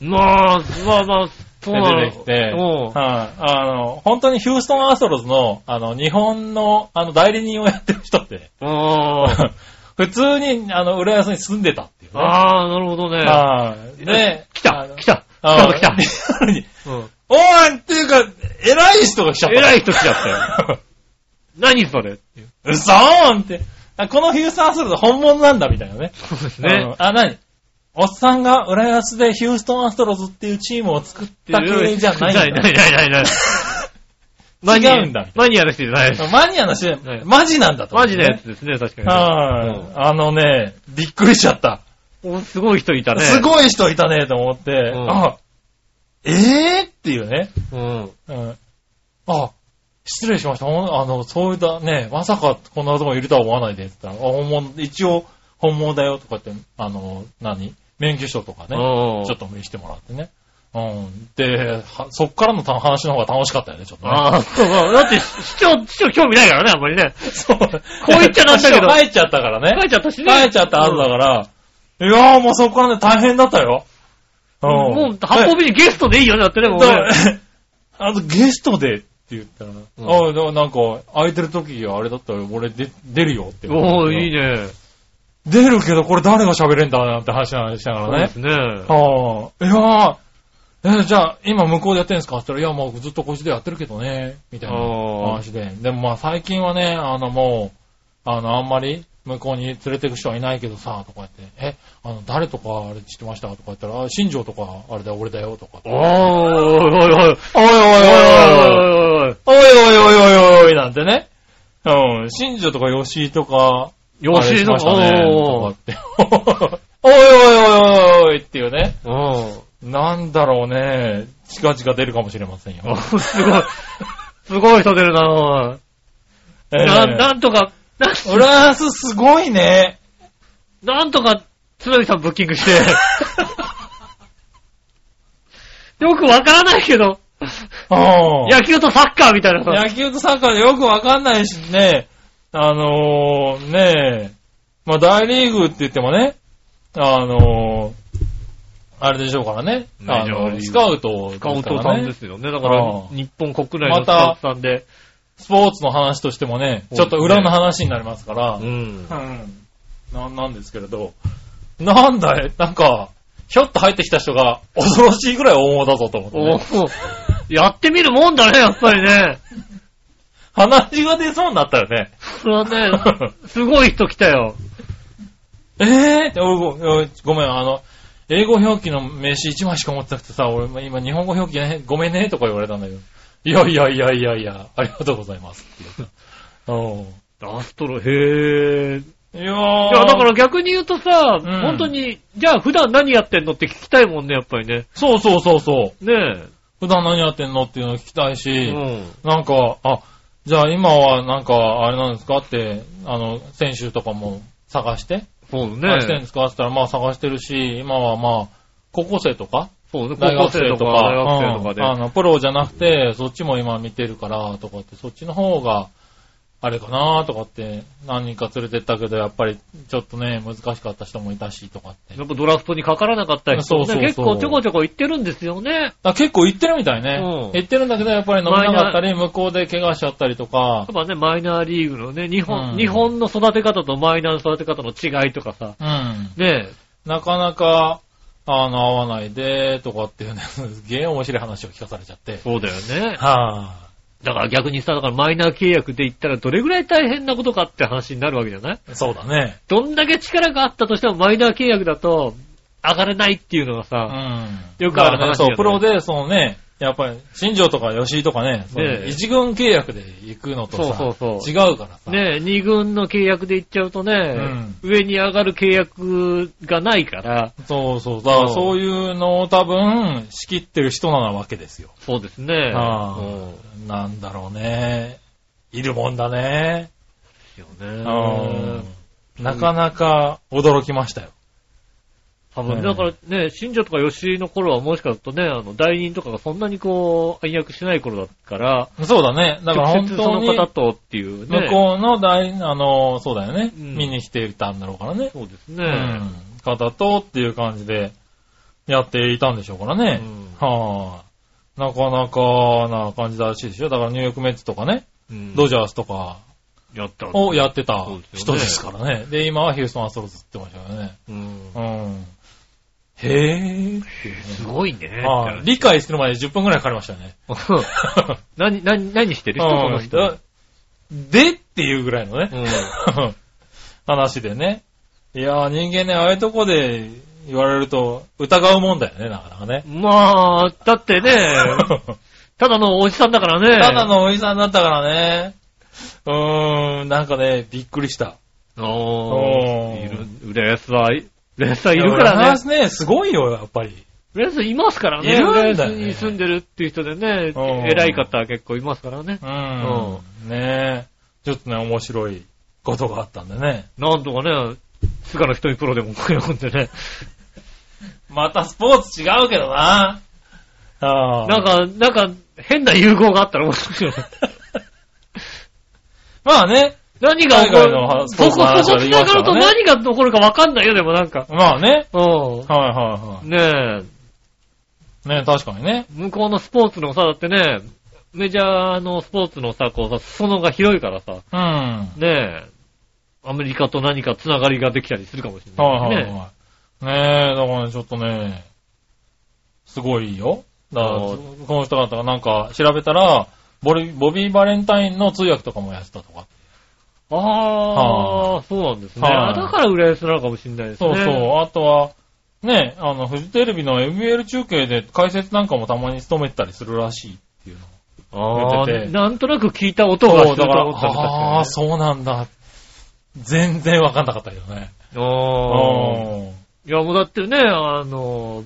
まあ、まあまあ、
て
そうな
出
の
てきて、
うん。
はいあの、本当にヒューストンアストロズの、あの、日本の、あの、代理人をやってる人って、
あ
普通に、あの、浦安に住んでたっていう
あ、
ね。
ああ、なるほどね。
は い。で、
来
あ
た
の
来た来
あ
た来
た。リアルに
たうん。
おいっていうか、偉い人が来ちゃった。
偉い人来ちゃったよ。 何それっていう
うそーんって。あこのヒューストンアストロズ本物なんだみたいなね。
そうです
うん。。あ、なにおっさんが浦安 でヒューストンアストロズっていうチームを作った系じゃないん
な
だ
いないないないない。マニア
違うんだみたいな
マニアの人じゃないです。
マニアなし
はい、
マジなんだと。
マジなやつ。ですね、確かにね。
はい。あのね、びっくりしちゃった。
おすごい人いたね。
すごい人いたねと思って、
うん
あ、えぇっていうね。
うん。
うん。あ、失礼しました。ほんあの、そういったね、まさかこんなとこいるとは思わないでって言ったら、あ、本物、一応本物だよとかって、あの、何免許証とかね、
うん
ちょっと見せてもらってね。うん。で、はそっからの話の方が楽しかったよね、ちょっとね。
ああ、そうそう。だって、市長、市長興味ないからね、あんまりね。
そう。こう
言っちゃなんだ けど
帰っちゃったからね。
帰っちゃったしね。
帰っちゃったはずだから、いやーもうそっからね、大変だったよ。うん。
もう、八方
日
日にゲストでいいよね、だってね、もうね。
あとゲストでって言ったら、
ん
ああ、でもなんか、空いてる時あれだったら俺で出るよって言われて。
おー、いいね。
出るけどこれ誰が喋れんだなんて話なんしなが
そう
ら
で
ね
す。ね。あ
はあ、いやーえーじゃあ、今向こうでやってるんですかって言ったら、いや、もうずっとこっちでやってるけどね、みたいな
あー
話で。でもまあ最近はね、あのもう、あの、あんまり向こうに連れてく人はいないけどさ、とか言って、え、あの、誰とかあれしてましたとか言ったら、あ新庄とかあれだよ、俺だよ、とか。
ー、おいおいおい。
おいおいおいおい
おいおいおいおい。
おいおいおいおいおいおいなんてね。うん、新庄とか吉井とか、
吉井
あれしま
の、
したね
おー。
とかっておいおいおいおいおいっていうね。
うん。
なんだろうね。近々出るかもしれません よ。
お すごい。すごい人出るな、おい。
えー
ななんとか、な
フランスすごいね。
なんとか、つなぎさんブッキングして。 よくわからないけど、
うん
野球とサッカーみた いなさ。
野球とサッカーでよくわかんないしね。あのー、ねえ。まあ、大リーグって言ってもね、あのー、あれでしょうからね。
メ
あ
ジャーリー
の
グ
スカウトです
カウ
からね
ントさんですよね。だから
うん、
日本国内のスカウトさんで。
スポーツの話としてもね、ちょっと裏の話になりますから、
うん。
うんななんですけれど、なんだい、なんか、ひょっと入ってきた人が恐ろしいぐらい大物だぞと思って、
お
ね、
ーやってみるもんだね、やっぱりね。
話が出そうになったよね。
それは ね、すごい人来たよ。
えぇ、っておいごおいごめん、あの、英語表記の名詞1枚しか持ってなくてさ、俺今日本語表記ね、ごめんね、とか言われたんだけど。いやいやいやいやいや、ありがとうございます って言った。うん
アストロ、へー。
いやい
いや、だから逆に言うとさ、
ん
本当に、じゃあ普段何やってんのって聞きたいもんね、やっぱりね。
そうそうそうそう。
ね
普段何やってんのっていうのを聞きたい
え。
し、
うん。
なんか、あ、じゃあ今はなんか、あれなんですかって、あの、選手とかも探して、
そう
探してるん
ね。
ですかって言ったら、まあ探してるし、今はまあ、高校生とか、
そうね、高
大
校
学
生
生
と
と
か
か、
大学生とかで。
うんあの、プロじゃなくて、そっちも今見てるから、とかって、そっちの方が、あれかなとかって、何人か連れてったけど、やっぱり、ちょっとね、難しかった人もいたし、とかって。
やっぱドラフトにかからなかったり
そうそうそう
結構ちょこちょこ言ってるんですよね。
あ結構行ってるみたいね。
うん
行ってるんだけど、やっぱり飲めなかったり、向こうで怪我しちゃったりとか
やっ、ぱね、マイナーリーグのね、日本、
うん
日本の育て方とマイナーの育て方の違いとかさ。
うん。
ねえ。
なかなか、あの、合わないで、とかっていうね、 すげえ面白い話を聞かされちゃって。
そうだよね。
は
だから逆にさ、だからマイナー契約で言ったらどれぐらい大変なことかって話になるわけじゃない
ぁ、そうだね。
どんだけ力があったとしてもマイナー契約だと上がれないっていうのが
う
さ、
ん。
よくある話だよね
ね。そう、プロで、そのね、やっぱり、新庄とか吉井とかね、その
ねえ
一軍契約で行くのとさ、
そうそうそう
違うからさ。
ねえ、2軍の契約で言っちゃうとね、上に上がる契約がないから、
そうそう。だから
そう
そういうのを多分、仕切ってる人なわけですよ。
そうですね。
ああ
うん
なんだろうね。いるもんだね。
よ
うん
ね。
なかなか驚きましたよ。
多
う
分、
ん
だからね、新庄とか吉井の頃はもしかするとね、あの、代理人とかがそんなにこう、暗躍しない頃だから、
そうだね。だから
直
本
接そ
当
の
に、
方とっていうね。
向こうの大、あの、そうだよね、
うん
見に来ていたんだろうからね。
そうです
う
ね。
ん。方とっていう感じでやっていたんでしょうからね。
う
はあ。なかなかな感じらしいですよ。だからニューヨークメッツとかね、
うん
ドジャースとか
やったわ
をやってた
そうですよ
人
ね
ですからね。で、今はヒューストンアストロズって言ってましたよね。
うん
うん。へぇーっていう
す
ね。
ごいね。
はい理解するまで10分くらいかかりましたね。
何、何、何してる人この人。
うんでっていうぐらいのね。
うん
話でね。いやー、人間ね、ああいうとこで言われると疑うもんだよね、なかなかね。
まあ、だってね、ただのおじさんだからね。
ただ。のおじさんだったからね。うーん、なんかね、びっくりした。
お
お
ー。
ー
いる、浦安は、浦安はい
い
るからね。
やね、すごいよ、やっぱり。
浦安いますからね。
いるんだ
浦
よね
安に住んでるっていう人でね、
うん
偉い方は結構いますからね
う。ん。ねえ。ちょっとね、面白いことがあったんでね。
なんとかね、菅野一人プロでも声を込んでね。
またスポーツ違うけどな。ああ。
なんか、なんか、変な融合があったら面白いよね。
まあね。
何が起こ
海外の
る
ス
そ
ポ
こ、
ーツ
そこ
の話はで
繋
きま
が
すか
ると
らね
何が起こるか分かんないよ、でもなんか。
まあね。
う
はいはいは
ん。ねえ。
い。ね確かにね。
向こうのスポーツのさ、だってね、メジャーのスポーツのさ、こうさ、裾野が広いからさ、
うん。は
ねえ、アメリカと何かつながりができたりするかもしれ
い
ない
は
ね。
いはい。ねえ、だからねちょっとね、すごいよ。だから、
ああ
この人方がなんか調べたら、ボリボビー・バレンタインの通訳とかもやってたとか。
ああ、そうなんですね。
はい
あだから浦安なのかもしれないですね。
そうそう。あとは、ね、あの、フジテレビの ML 中継で解説なんかもたまに務めてたりするらしいっていうの。
ああ
出てて
なんとなく聞いた音がする
そう、だ
と
から、
思ったん
ああ、そうなんだ。全然わかんなかったけどね。
ああ。
うん
いや、もうだってね、あの、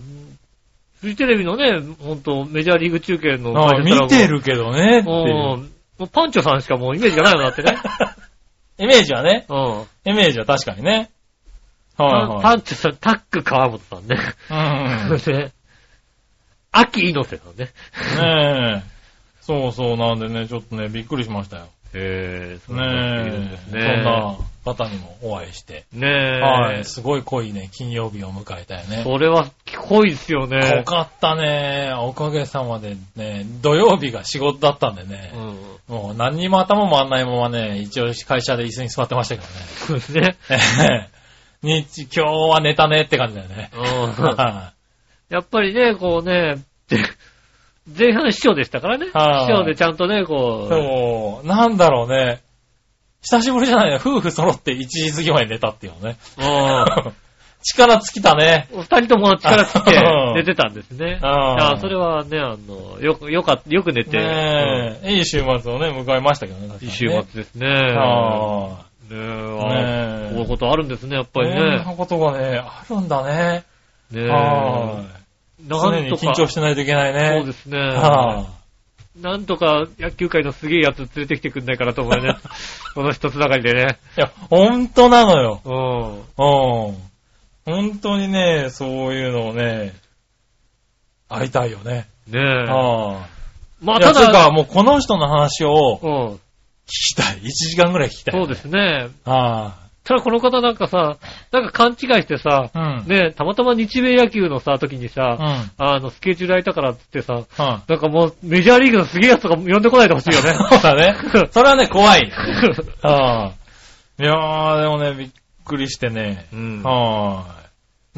フジテレビのね、ほんと、メジャーリーグ中継の
ああ
解説な
見
んかも
てるけどねっていう。
うん。もうパンチョさんしかもうイメージがないようになって ね。
イメージはね、
うん。
イメージは確かにね。
パ
は
ンチさん、タック川本さんね。
いはい。うん。
ね。秋猪瀬さんね。
ねえ。そうそう、なんでね、ちょっとね、びっくりしましたよ。
へぇー、そんな人いるん
ね
です
え。そ
ね。
んな方にもお会いして。
ねえ。
はい。すごい濃いね、金曜日を迎えたよね。
それは濃いですよね
濃。かったね。おかげさまでね、土曜日が仕事だったんでね。
うん。
もう何にも頭回んないままね、一応会社で椅子に座ってました けどね。
そうですね。
ええ日、今日は寝たねって感じだよね。
うん
は
やっぱりね、こうね、で前半師匠でしたからね。師
はい
匠でちゃんとね、こう、
い。そう、なんだろうね。久しぶりじゃないの夫婦揃って1時過ぎまで寝たっていうのね。
うん
力尽きたね。
お二人とも力尽きて
うん
寝てたんですね。
うん
ああそれはね、あの、よく、よかった、よく寝て、
ねえ、いい週末をね、迎えましたけどね。確か
いい
にね
週末ですね。
は
ねえ、あ
ね
あ
え
こういうことあるんですね、やっ
い。
ぱり
そん
ね。
なことがね、あるんだね。
ねえ。
はい。
な
常
ん
に
とか、
緊張してないといけないね。。
そうですすね。
は
なんとか野球界のすげえやつ連れてきてくんないかなと思うよ ね。この一つながりでね。
い。いや、ほんとなのよ。
うん。
うん。本当にね、そういうのをね、会いたいよね。
ねえ。
ああ。
まあ、
いや
た
つ
だ、
うか、もうこの人の話を聞
うん。
きたい。1時間ぐらい聞きたい。。
そうですすね。
あ
ただこの方なんかさ、なんか勘違いしてさ、
あ。うん。
ねえ、たまたま日米野球のさ、時に
うん。
さ、
は
あの、スケジュール空いたからって言ってさ、
い。
なんかもうメジャーリーグのすげえやつとか呼んでこないでほしい よね。
そうだね。 それはね、怖い。 ああ。いやー、でもね、びっくりしてね。
うん
はーい。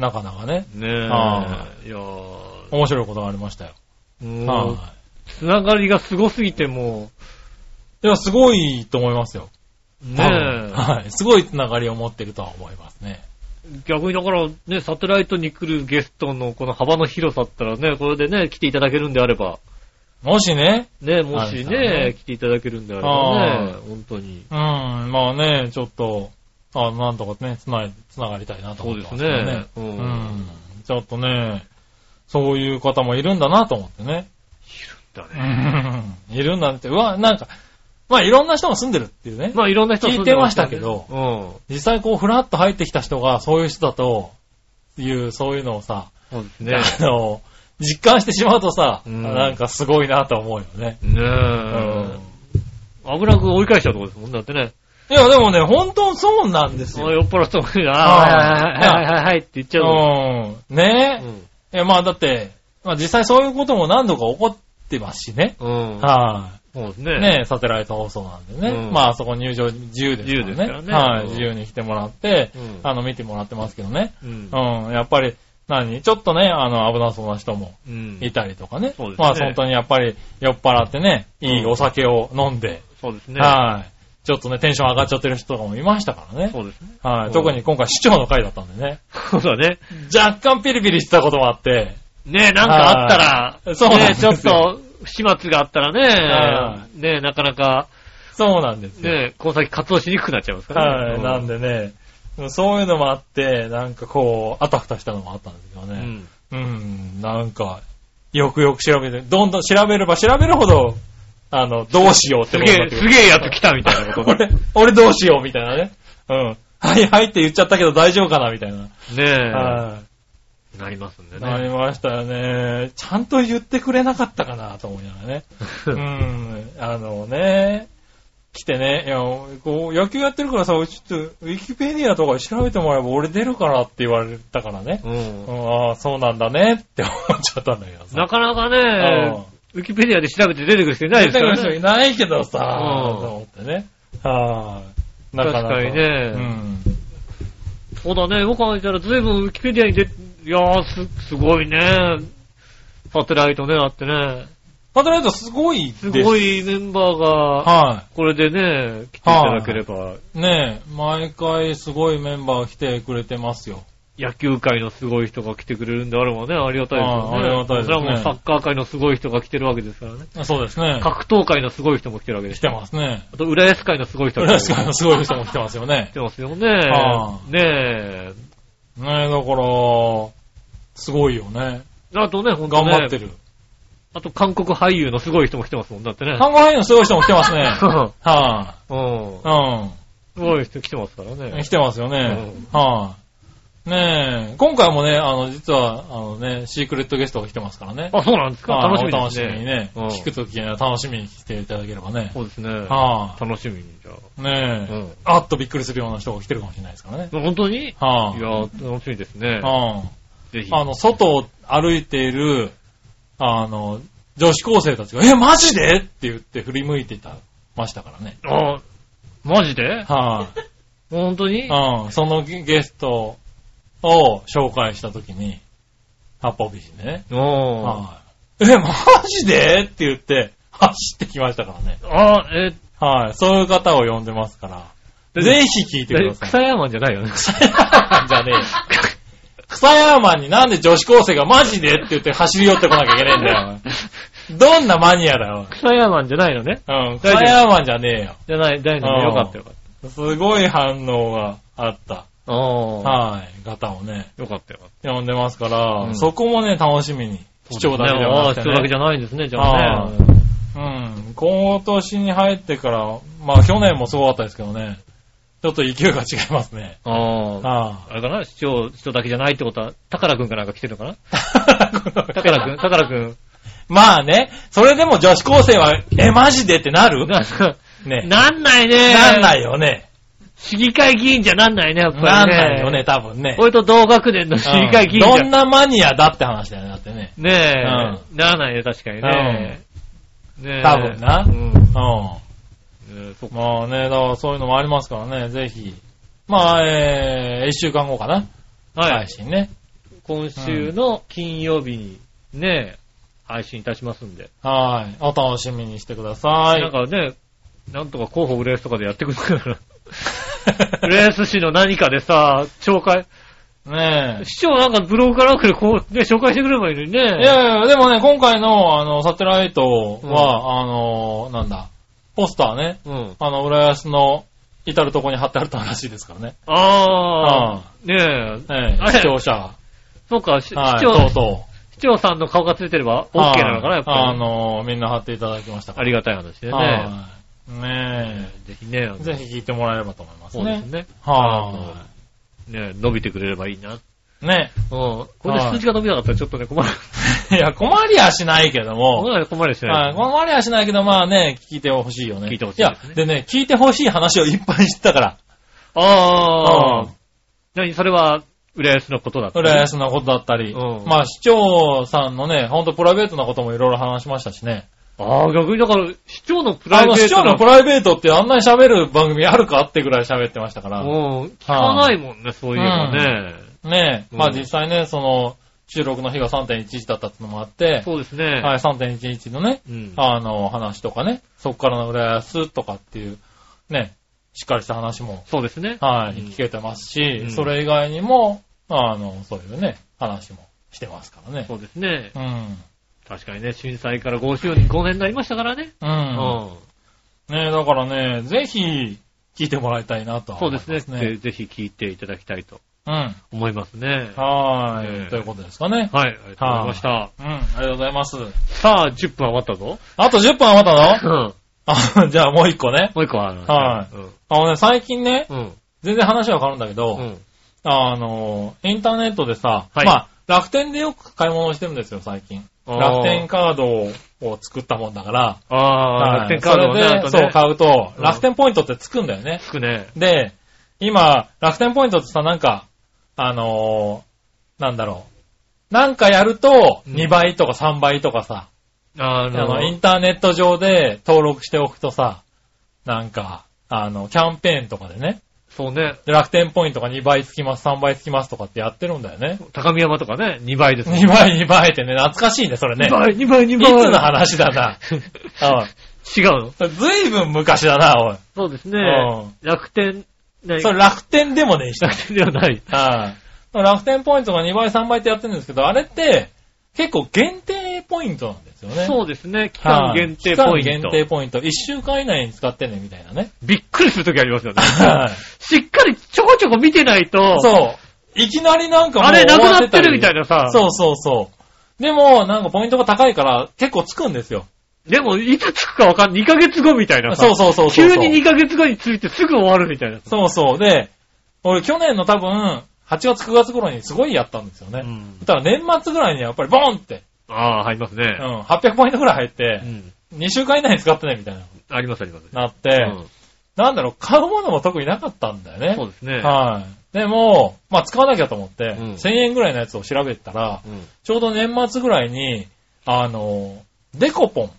なかなかね、
ねえ。い
は
やー
面白いことがありましたよ。
もう
は、
つながりがすごすぎても
い。いや、すごいと思いますよ。
う、
多
ね
分はい。すごいつながりを持ってるとは思いますね。
え、逆にだからね、サテライトに来るゲストのこの幅の広さったらね、これでね、来ていただけるんであれば、
もしね、
ね、もし
あれだ
ね
ね、
来ていただけるんであればね
あ、
本当に。
うん、まあね、ちょっと、あなんとかね、つない、つながりたいなと
そう
思っ
で
て
す
ますけど
ね。う。
うんん。ちょっとね、そういう方もいるんだなと思ってね。
だね。
うん いるんだって、うわ、なんか、まあいろんな人が住んでるっていうね。
まあいろんな人
聞いてましたけど
うん。
実際こう、ふらっと入ってきた人がそういう人だと、いう、そういうのをさ、
そうですね。
あの、実感してしまうとさ、
うん
なんかすごいなと思うよね。
ね
うん
え。危なく追い返しちゃうとこですもんだってね。
いや、でもね、本当そうなんです
その酔
よ。
っ払った人が、ああ、はいはいはいはいはいって言っちゃうの。
うん。ね
う
え。いや、まあだって、まあ実際そういうことも何度か起こってますしね。
ん。うん。
は
そうです
い、
ね。
ねえサテライト放送なんでね。
うん
まああそこ入場自由です
自
からね。
由ですからね
はい、
うん
自由に来てもらって、
うん
あの、見てもらってますけどね。
うん
う。ん。やっぱり、何ちょっとね、あの、危なそうな人も
うん
いたりとかね。
そうですね
まあ本当にやっぱり酔っ払ってね、いいお酒を飲んで、
そうですね。
はい。ちょっとね、テンション上がっちゃってる人とかもいましたからね
そ。うですね。
は
うん
い。特に今回市長の会だったんでね。
そうだね。
若干ピリピリしてたこともあって、
ねえ、なんかあったら、
はいそうなん
ね
で
え、
す
ちょ
よ
っと、始末があったら
は
ね、ねなかなか、
そうなんですよ。
ねこの先活動しにくくなっちゃいますからね。
はい、なん
で。
でね、そういうのもあって、なんかこう、あたふたしたのもあったんですよ
う
ね。
ん。
うん、なんか、よくよく調べて、どんどん調べれば調べるほど、あの、どうしようって
す
こ
げ
とにな
え
っ、てく
す
る。
げえやつ来たみたいな ことが。
俺、俺どうしようみたいなね。うん。はいはいって言っちゃったけど大丈夫かなみたいな。
ね
は
え、なりますんで
い。な り
ね。
ましたよね。ちゃんと言ってくれなかったかなと思いながらね。うん、あのね、来てね、いや、こう、野球やってるからさ、ちょっと、ウィキペディアとか調べてもらえば俺出るからって言われたからね。
うん
うん、ああ、そうなんだねって思っちゃったんだけどさ。
なかなかね、ウィキペディアで調べて出てくる人いないですから
出てくる人
ね。
いないけどさ、
うん
と思ってね。はい。な
確かにね
うん。
そうだね、よく考えたら随分ウィキペディアに出、いやーす、すごいね。サテライトね、あってね。
パトライトすごいですす。
ご
い。
いメンバーが、
は
これでね、来ていただければ、
い。ねえ、毎回すごいメンバー来てくれてますよ。
野球界のすごい人が来てくれるんであればね、ありがたいですよね。
ああありがたいですね
それはもうサッカー界のすごい人が来てるわけですからね。
そうですね。
格闘界のすごい人も来てるわけで
来
す。
てますね。
あと、浦安界のすごい人
浦安から
来
のすごい人も来てますよね。
てますよね。
あ
ねえ。
ねえ、だから、すごいよね。
あとね、ほんと
頑
ね。
張ってる。
あと、韓国俳優のすごい人も来てますもん。だってね。
看護俳優のすごい人も来てますね。 は
うん
い。。うん。
すごい人来てますからね
来。てますよね。はい。ねえ、今回もね、あの、実は、あのね、シークレットゲストが来てますからね。
あ、そうなんですか
あの
楽しみで
楽
す
し
ね。
みにね。
うん
聞くときには楽しみに来ていただければね。
そうですね。
は
楽しみに、じゃ
い。ね
う
え
ん、
あっとびっくりするような人が来てるかもしれないですからね。
あ。本当にいや
は
ー、楽しみですね
い。。うん。
ぜひ。
あの、外を歩いている、あの、女子高生たちが、え、マジでって言って振り向いていた、ましたからね。
あ、マジで
は
本当に
い、うん。そのゲゲストを紹介したときに、八方美人でね。
おー。
はい、え、マジでって言って、走ってきましたからね。
あ、え、
はい、そういう方を呼んでますから。ぜひ聞いてください。
草山じゃないよ ね。
草山じゃねえよ。草山になんで女子高生がマジでって言って走り寄ってこなきゃいけないんだよ。どんなマニアだよ。
草山じゃないのね。
うん、草山じゃねえよ。
じゃない、じゃないのね。よかったよかっ
すごい反応があった、
た。おー。
はい、方をね、
よかったよかっ
呼んでますから、
うん
そこもね、楽しみに。
た。
視聴だけじゃ
あ
な
あ、
くて、
視
ね。
聴だけじゃないんですね、じゃあね。
うん。今年に入ってから、まあ去年もすごかったですけどね、ちょっと勢いが違いますね。
ああ。
あ
あれかな視聴、視聴だけじゃないってことは、宝くんかなんか来てるのか な
あ。
宝くん、宝くん。
まあね、それでも女子高生は、え、マジでってなる
な
ね。
なんないね。
なんないよね。
市議会議員じゃなんないね、やっぱりね。
なんないよね、。多分ね。
俺と同学年の市議会議員じゃ。
うんどんなマニアだって話だよね、だってね。
ねえ、ならないね、確かにね。ねえ。
多分な
うん。
うん。
えーそっか
まあね、だからそういうのもありますからね、ぜひ。まあ、えー、一週間後かな。
は
配
い。
信ね。
今週の金曜日にね、配信いたしますんで。
はい。お楽しみにしてください。
なんかね、なんとか候補浦安とかでやってくるから。 浦安市の何かでさ、紹介、
ねえ。
市長なんかブログからくでこう、ね、紹介してくればいいのに
いや
ね。
いやいや、でもね、今回の、あの、サテライトは、あの、なんだ、ポスターね、
うん。
あの、浦安の至るとこに貼ってあるらしいですからね。
ああ、ねえ。
え
あれ
え、視聴者。
そうか、し市
はい、
長、
そうそ
市長さんの顔がついてれば
う。
OK なのかな、やっ
はいあ
ぱり。
の、みんな貼っていただきましたか
あ
ら。
りがたい話でね。
はいね
ぜひね、あ
え。
の
ぜひ聞いてもらえればと思います
そうです
ね。
ね。
は
ね、伸びてくれればいいな。うん。
い。ね
これで数字が伸びなかったらちょっとね、困る。
え。いや、困りはしないけども、
困る、困るしな
はいい。。困りはしないけど、まあね、聞いてほしいよね。
聞いてほしい
い
です
や
ね、
でね、聞いてほしい話をいっぱい知ったから。
あ
う
あ
ん。
何それは、浦安のことだった。
浦安のことだったり、
うん
まあ市長さんのね、ほんとプライベートなこともいろいろ話しましたしね。
ああ、逆にだから、市長のプラ
あ
イベ
の
ート。
市長のプライベートってあんなに喋る番組あるかってぐらい喋ってましたから、
うん。聞かないもんね、そういうのね。
ねえ、
うん
まあ実際ね、その収録の日が3.11だったってのもあって、
そうですね。
はい、3.11のね、
うん。
あの話とかね、そこからの浦安とかっていう、ね、しっかりした話も、
そうですね。
はい、
うん
聞けてますし、
うん
それ以外にも、あの、そういうね、話もしてますからね。
そうですね。
うん。
確かにね、震災から5周年、5年になりましたからね。
う。
うんん。
ねだからね、ぜひ、聞いてもらいたいなとは
そう
思い
で
ますす
ね
ね。
ぜ。ぜひ聞いていただきたいと
うん。
思いますね。
はーい、
ええ
ということですかね。
はい、ありがとうございました。
うん、ありがとうございます。
さあ、10分余ったぞ。
あと10分余った
う
の
ん。
あ、じゃあもう一個ね。
もう一個ある。
はいあのね、最近ね、
うん。うん。
全然話は変わるんだけど、
うん。
あの、インターネットでさ、
はい
まあ、楽天でよく買い物をしてるんですよ、最近。
あー
楽天カードを作ったもんだから、
ああ、
は
楽
い
天カードをね、
そ
あ
れ
と
で、
ね
そう、買うと、
うん
楽天ポイントってつくんだよね。
つくね。
で、今、楽天ポイントってさ、なんか、あのーなんだろう。なんかやると、
うん
2倍とか3倍とかさ、
あ
あの、イ
の、
ンターネット上で登録しておくとさ、なんか、あの、キャンペーンとかでね、
そうね。
で楽天ポイントが2倍つきます、3倍つきますとかってやってるんだよね。
高見山とかね、2倍です。
2倍、2倍ってね、懐かしいね、それね。
倍、2倍、2
いつの話だな。
違うの
うんずいぶん昔だな、おい。
そうですね
うん。
楽天、ね
それ楽天でもねえし。
楽天ではない。
はい楽天ポイントが2倍、3倍ってやってるんですけど、あれって、結構限定ポイントなんですよね。
そうですね。期間限定
はい
ポイ
期
ン
間
ト。
限定ポイント。1週間以内に使ってね、みたいなね。
びっくりするときありますよね。
はい
しっかりちょこちょこ見てないと、
そう。いきなりなんかもう
あれ、なく
終わ
なってるみたいなさ。
そうそうそう。でも、なんかポイントが高いから結構つくんですよ。
でも、いつつくかわかんない。2ヶ月後みたいなさ。
そうそうそうそう
急に2ヶ月後についてすぐ終わるみたいなさ。
そうそう。で、俺去年の多分、8月9月頃にすごいやったんですよね。
うん
だから年末ぐらいにやっぱりボーンって、
ああ、入ります
う
ね。
ん、800ポイントぐらい入っ
う
て、
ん。
2週間以内に使ってね、みたいな、
ありますあります。
なって、
うん
なんだろう、買うものも特になかったんだよね。
そうですね。
はい。でも、まあ、使わなきゃと思って、
ん
1000円ぐらいのやつを調べてたら、
うん
ちょうど年末ぐらいに、あの、デコポン。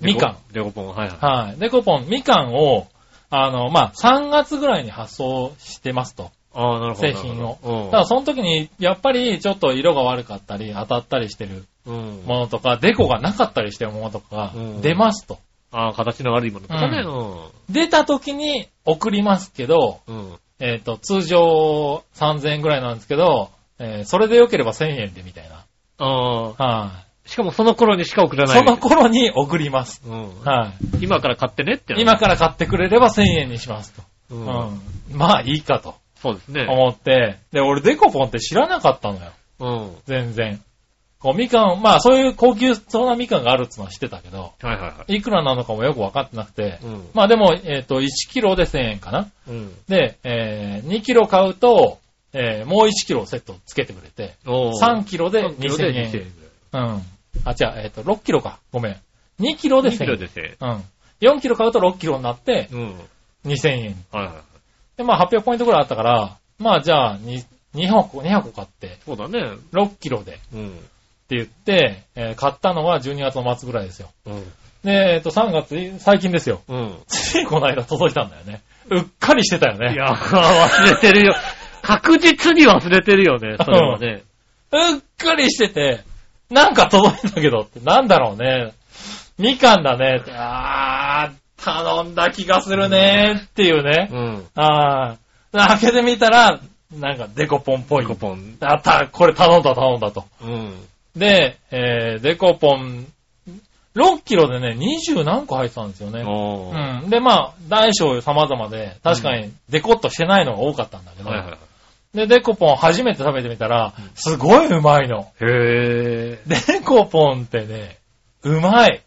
みかん。。
デコポン、はいはい。
はい。デコポン、みかんを、あの、まあ、3月ぐらいに発送してますと。
ああ、なるほど。
製品をただ
を。
その時に、やっぱりちょっと色が悪かったり、当たったりしてる
うん。うん。
ものとか、デコがなかったりしてるものとか
う
が
ん
出ますと。
ああ、形の悪いものとかね。
出た時に送りますけど、
うん。うん。
えっ、と、通常3000円ぐらいなんですけど、えーそれで良ければ1000円でみたいな。
ああ。
は
しかもその頃にしか送ら
い。
ない。
その頃に送ります。
うん。
はい。
今から買ってねって。
今。から買ってくれれば1000円にしますと。
う。
うんんまあいいかと
そうですね。
思って、で、俺デコポンって知らなかったのよ。
うん。
全然。こうみかん、まあそういう高級そうなみかんがあるってのは知ってたけど、
はいはいはい
くらなのかもよくわかってなくて
い。、うん。
まあでも、えっ、と、1キロで1000円かな。
うん。
で、えー2キロ買うと、えーもう1キロセットつけてくれて、
おー
3キロで
3キロ
2000
で
円。
2000円
うん。あ、違う、えっ、と、6キロか。ごめん。2キロ
ぐ
で
らい。2キロ
1000
で1000円。
円。うん。4キロ買うと6キロになって、
うん。
2000円。
はいはい。
で、まあ800ポイントぐらいあったから、まあじゃあ2、2箱、2箱買って、
そうだね。
6キロでって
うん。
言って、えー買ったのは12月の末ぐらいですよ。
うん。
で、えっ、と、3月、最近ですよ。
うん。
ついこの間届いたんだよね。うっかりしてたよ
い
ね。
やー、忘れて るよ。確実に忘れてるよね、それはね。
うっかりしてて、なんか届いたけどって、なんだろうね。みかんだねって。あー、頼んだ気がするねっていうね。
うん。
あー、開けてみたら、なんかデコポンっぽい
コ。ポン。
あった、これ頼んだ頼んだと。
うん。
で、えー、デコポン、6キロでね、20何個入ってたんですよね。
おー。は
うん。で、まあ、大小様々で、確かにデコっとしてないのが多かったんだけ
い
ど、
はいはい。
で、デコポン初めて食べてみたら、すごいうまいの。
へ
デコポンってね、うまい。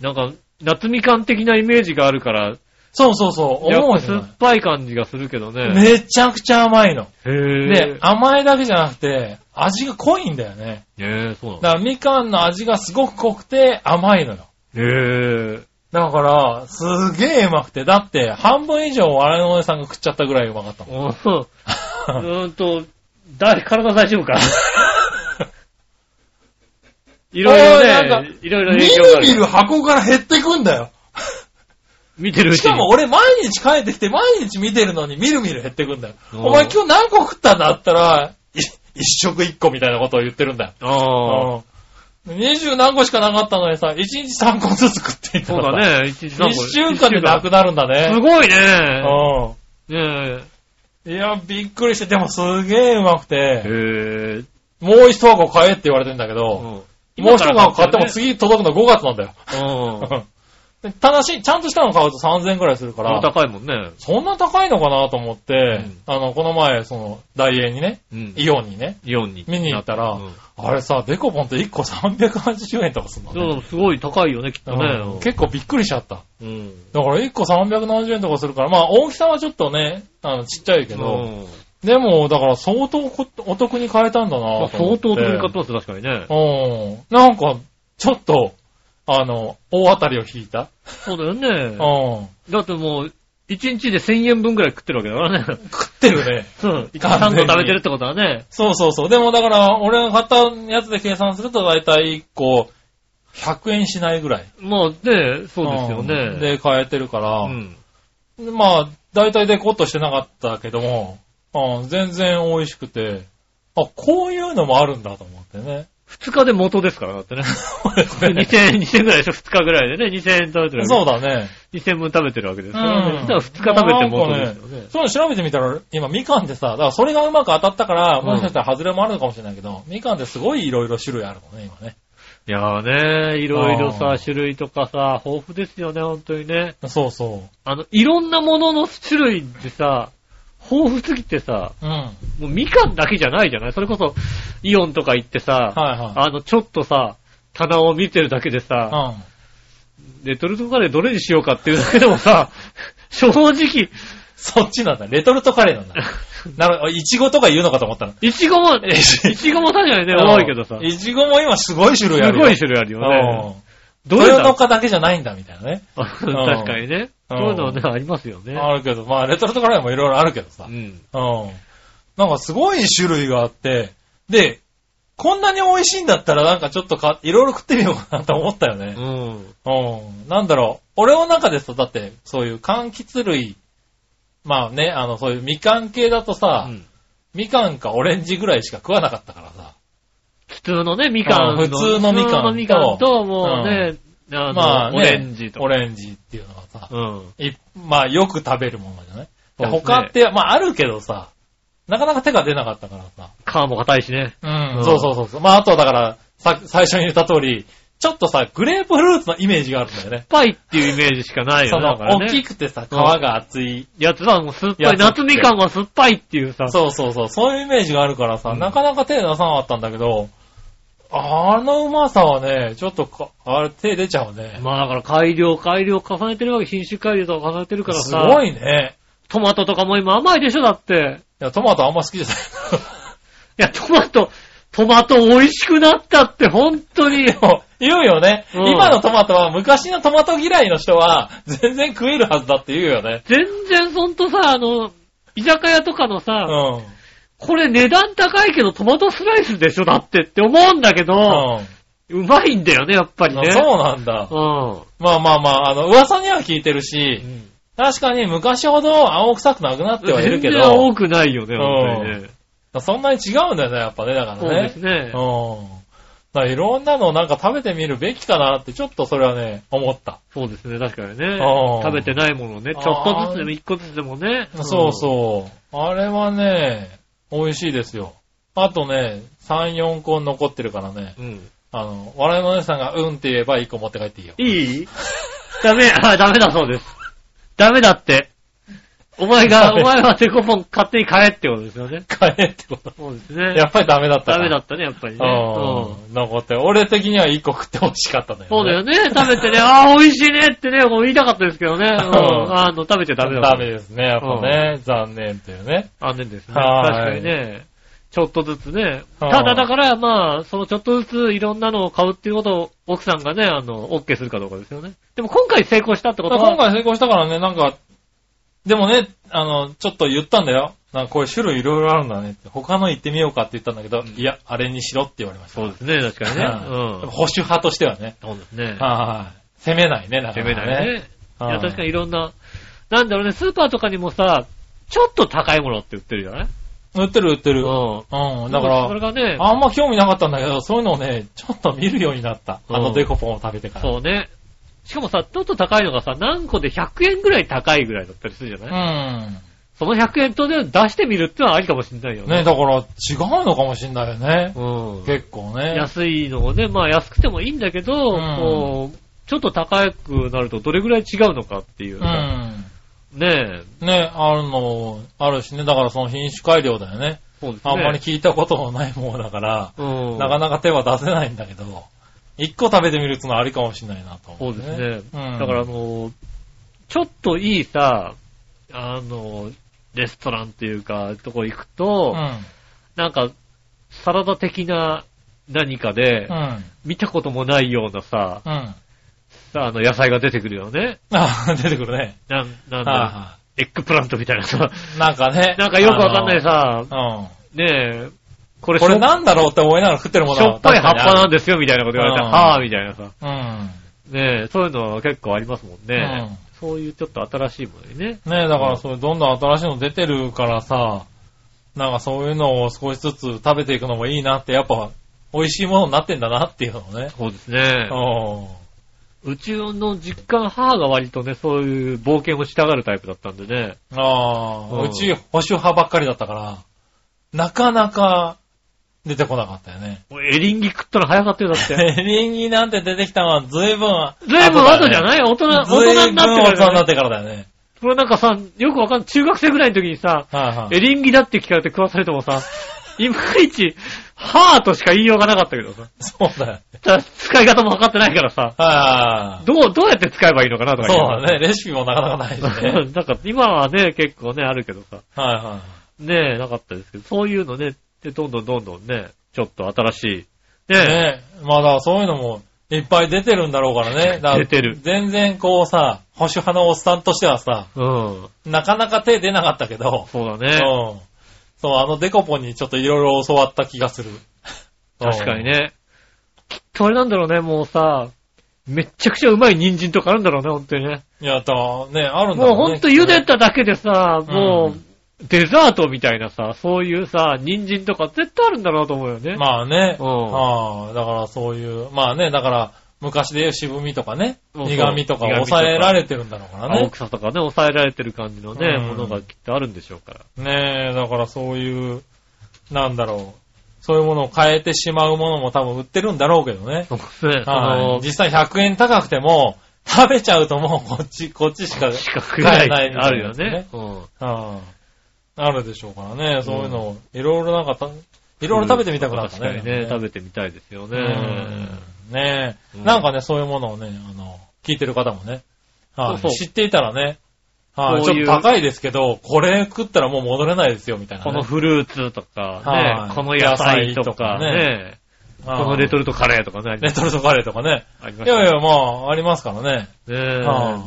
ー。なんか、夏みかん的なイメージがあるから、
そうそうそう、思うじゃ
酸
な
っぱい感じがするけどね。
い。めちゃくちゃ甘いの。
へー。
で、甘いだけじゃなくて、味が濃いんだよね。
へー、そうなんだ。
だから、みかんの味がすごく濃くて甘いのよ。
へー。
だから、すげえうまくて。だって、半分以上笑いのお姉さんが食っちゃったぐらいうまかったもん。
おーう ーんと、だ、体大丈 夫かいろ
おー
いろ
な
ね
んか、
いろいろ
み
影響があ
る
る。
みる箱から減ってくんだよ。
見てるうちに。
しかも俺毎日帰ってきて毎日見てるのにみるみる減ってくんだよ。
うん
お前今日何個食ったんだったら、い一食一個みたいなことを言ってるんだ
ああ。
よ。うん。二十何個しかなかったのにさ、一日三個ずつ食っていた
そう
らさ。
だね。一日三個
一週間でなくなるんだ
す
ね。
ごいね。
う
ね
ん。いや、びっくりして、でもすげえうまく
え。
て、
へえ。
もう一箱買えって言われてんだけ
う
ど、
ん
もう一缶買っても次届くの5月なんだよ。
うん。
で正しい、ちゃんとしたの買うと3000円くらいするか
これ
ら、
高いもんね。
そんな高いのかなと思って、あの、この前、その、ダイエーにね、
うん。
イオンにね、
イオンに。
見に行ったら
うん
あれさ、デコポンって1個380円とかするの
で
ね。
もすごい高いよね、きっと
うん
ね。
結構びっくりしちゃった。
うん。
だから1個370円とかするから、まあ大きさはちょっとね、あの、ちっちゃいけど、
うん
でも、だから相当こお得に買えたんだなと思
相
って
当お得に買ってますよ、確かにね。
うん。なんか、ちょっと、あの、大当たりを引いた。
そうだよ
う
ね
ん。。食
だってもう、1日で1000円分くらい食ってるわけだからね。
ってるね。
うん。
に
3個食べてるってことはね。
そうそうそう。でもだから、俺が買ったやつで計算すると、だいたい1個、100円しないぐらい。
まあ、ね、そうですよ
ん
ね。
で、買えてるか
う
ら、
ん。
まあ、だいたいデコッとしてなかったけども、うん全然美味しくて、あ、こういうのもあるんだと思ってね。
2日で元ですから、だってね。2000円、2000円ぐらいでしょ ?2 日ぐらいでね。2000円食べてるわけ
そうだね。
2000分食べてるわけですか
うん
らね。そしたら2日食べて元ですよね。
そういうの調べてみたら、今、みかんでさ、だからそれがうまく当たったから、
うん
もしかしたら外れもあるのかもしれないけど、みかんですごいいろいろ種類あるもんね、今ね。
いやーね、いろいろ
あ
さ
ー、
種類とかさ、豊富ですよね、本当にね。
そうそ
あの、いろんなものの種類ってさ、豊富すぎてさ、
う。うん。はい
もうみかんだけじゃないじゃないそれこそ、イオンとか行ってさ、
は
あの、ちょっとさ、棚を見てるだけでさ、
い。うん。
レトルトカレーどれにしようかっていうだけでもさ、正直、
そっちなんだ。レトルトカレーな んだ。なるほど。いちごとか言うのかと思ったの。
いちごも、いちごも確かにね、多いけどさ、
いちごも今すごい種
す
類あるよ。
ごい種類あるよね。どれ
うん。
だ
豊かだけじゃないんだ、みたいなね。ん
確かにね。
う
そ
ん
ういうのはね、ありますよね。
あるけど、まあ、レトルトカレーもいろいろあるけどさ
う。ん。
うん。なんかすごい種類があって、で、こんなに美味しいんだったらなんかちょっとか、いろいろ食ってみようかなと思ったよ
う
ね。
ん。
うん。なんだろう。俺の中ですと、だって、そういう柑橘類、まあね、あの、そういうみかん系だとさ、
うん
みかんかオレンジぐらいしか食わなかったからさ。
普通のね、みかんの。
うん普通のみ
普
かんと
通のみかんと、もうね、あ
まあ
の、
ね、
オレンジと
オ
か。
レンジっていうのはさ、
うん。
いまあよく食べるものじゃない、
そうですね
他って、まああるけどさ、なかなか手が出なかったからさ。
皮も硬いしね。
う、
うんん
そうそうそうそう。まあ、あとはだから、さ、最初に言った通り、ちょっとさ、グレープフルーツのイメージがあるんだよね。
パイっていうイメージしかない
そ
よね。
の
だから、
大き
ね。
くてさ、皮が厚い。
やつはもう酸っ
や
ぱ
つっ
い。
て
夏みかんは酸っぱいっていうさ。
そうそうそう、そういうイメージがあるからさ、
うん
なかなか手出さなかったんだけど、あのうまさはね、ちょっとか、あれ手出ちゃうね。
まあだから改良、改良重ねてるわけ。品種改良とか重ねてるからさ。
すごいね。
トマトとかも今甘いでしょ、だって。
いや、トマトあんま好きじゃない。
いや、トマト、トマト美味しくなったって、本当に。
言うよね、
うん
今のトマトは昔のトマト嫌いの人は全然食えるはずだって言うよね。
全然ほんとさ、あの、居酒屋とかのさ、
うん。
これ値段高いけどトマトスライスでしょだってって思うんだけど、
うん。
うまいんだよね、やっぱりね。
そうなんだ。
う。
まあまあまあ、あの、噂には聞いてるし、
ん。
確かに昔ほど青臭くなくなってはいる
全
け
然
ど
多、くないよね、本当にね。
そんなに違うんだよね、やっぱね、だからね。
そうですね
う。ん。だからいろんなのをなんか食べてみるべきかなって、ちょっとそれはね、思った。
そうですね、確かにね
うん。
食べてないものをね、ちょっとずつでも一個ずつでもね。
そうそう。あれはね、美味しいですよ。あとね、3、4個残ってるからね、
うん。うん。
あの、笑いのお姉さんがうんって言えば1個持って帰っていいよ。
いい ダメ、あ、ダメだそうです。ダメだって。お前が、
ダ
お
メ
前はテコポン勝手に買えってことですよね。
帰れっ てこと。
そうですね。
やっぱりダメだったか
ダ
ら
メだったね、やっぱりね。うん
うん。残って、俺的には1個食って欲しかったんだよね。
そうだよね。食べてね、ああ、美味しいねってね、もう言いたかったですけど ね。うんん。あの、食べちゃダメだ。
ダメ。ですね、やっぱね。残念っていうね。
残念ですね。
は
確
い
かにね。ちょっとずつね。
うん
ただだから、まあ、そのちょっとずついろんなのを買うっていうことを奥さんがね、あの、OK するかどうかですよね。でも今回成功したってことは。
今回成功したからね、なんか、でもね、あの、ちょっと言ったんだよ。なんかこういう種類いろいろあるんだねって。他の行ってみようかって言ったんだけど、いや、あれにしろって言われました。
そうですね、確かにね。
はい
うん。
保守派としてはね。
そうですね。
はい。攻めないね、なか
攻
なか
めないね。い
は
や、
い
確かにいろんな、なんだろうね、スーパーとかにもさ、ちょっと高いものって売ってるじゃない
売ってる売ってる。う。
うんん。
だか
それが
ら、
ね、
あんま興味なかったんだけど、そういうのをね、ちょっと見るようになった。
うん
あのデコポンを食べてから。
そうね。しかもさ、ちょっと高いのがさ、何個で100円ぐらい高いぐらいだったりするじゃ
う
ない、
ん。
その100円とで出してみるってのはありかもしれないよね。
ね、だから違うのかもしんないよね。
うん。
結構ね。
安いのをね、まあ安くてもいいんだけど、
ん
こう、ちょっと高くなるとどれぐらい違うのかっていうう。
ん。
ねえ、
ね、あるの、あるしね。だからその品種改良だよね。
そうですね。
あんまり聞いたこともないものだから、
うん。
なかなか手は出せないんだけど、一個食べてみるってのはありかもしんないなと
そ
思
うですね。
うん
だから、あの、ちょっといいさ、あの、レストランっていうか、とこ行くと、なんか、サラダ的な何かで、
うん。うん。
見たこともないようなさ、
うん。
さあの、野菜が出てくるよね。
あ、出てくるね。
なん、なんだろう
はいは
エッグプラントみたいなさ、
いなんかね。
なんかよくわかんないさ、
あの。
ねえ、こ
う
れ
ん。こ
し
れ
ょ
なんだろうって思いながら食ってるも
っ
の
しょっぱい葉っぱなん
で。
ですよ、みたいなこと言われたら、
うん
はぁ、みたいなさ。
うん。
ねえ、そういうのは結構ありますもんね。
うん
そういうちょっと新しいものにね。
ねえ、だからそれどんどん新しいの出てるからさ、なんかそういうのを少しずつ食べていくのもいいなって、やっぱ美味しいものになってんだなっていうのをね。
そうですね。
う
うちの実家の母が割とね、そういう冒険をしたがるタイプだったんでね。
ん。あ
うん
あ、うち保守派ばっかりだったから、なかなか出てこなかったよね。
もうエリンギ食ったの早かったよ、だっ て。
エリンギなんて出てきたのは随分、
ずいぶん後じゃないい大人、大
随
人
分
になって
大
から
人に
だよ
なっ
ね。
てからだよね。
これなんかさ、よくわかんない。中学生ぐらいの時にさ、
はいはい。
エリンギだって聞かれて食わされてもさ、いまいち、はぁとしか言いようがなかったけどさ。
そうだよね。
ただ使い方も分かってないからさ、
はいはい
どう、どうやって使えばいいのかなとか
そう
言
だね。レシピもなかなか ないしね。
なんか今はね、結構ね、あるけどさ。
はいはい。
ねえ、なかったですけど、そういうのね、で、どんどんどんどんね、ちょっと新しい。ね
ねえ。まあだからそういうのもいっぱい出てるんだろうからね。だから
出てる
全然こうさ、保守派のおっさんとしてはさ、
え。うん。
なかなか手出なかったけど、
そうだ
うん
ね。。
そう、あのデコポンにちょっといろいろ教わった気がする。
確かにね。きっとあれなんだろうね、もうさ、めっちゃくちゃうまい人参とかあるんだろうね、ほんとにね。
うん。いや、だからね、あるん
も
だ
う
ろ
ほ
うね。
んと茹でただけでさ、
うん
もう、デザートみたいなさ、そういうさ、人参とか絶対あるんだろうなと思うよね。
まあね。
うん
はあ、だからそういう、まあね、だから昔で言う渋みとかね、
そうそう
苦味とか
苦味とか
抑えられてるんだろうから
青
ね。
草とかね、抑えられてる感じのね、
うん
ものがきっとあるんでしょうから。
ねえ、だからそういう、なんだろう。そういうものを変えてしまうものも多分売ってるんだろうけどね。
そうですね。あ
は
の
い。、実際100円高くても、食べちゃうともうこっち、こっちしか。
資格が
ないみたいな
あるよね。うん
うんあるでしょうからね。そういうのを、いろいろなんかた、いろいろ食べてみたくなったね。
確かにね、食べてみたいですよね。
うんねえ、
うん
なんかね、そういうものをね、あの、聞いてる方もね、は
そう
い
そう
知っていたらね、はいち
こう
ょ
い
っ
う
と高いですけど、これ食ったらもう戻れないですよ、みたいな、ね。
このフルーツとか
は
ね、
い
この野菜と
野菜とか
か
ね
ね、こ
あー
のレトルトカレーとかね、ありまし
レトルトカレーとかね。
たね
いやいや、まあ、ありますからね。
ね
あ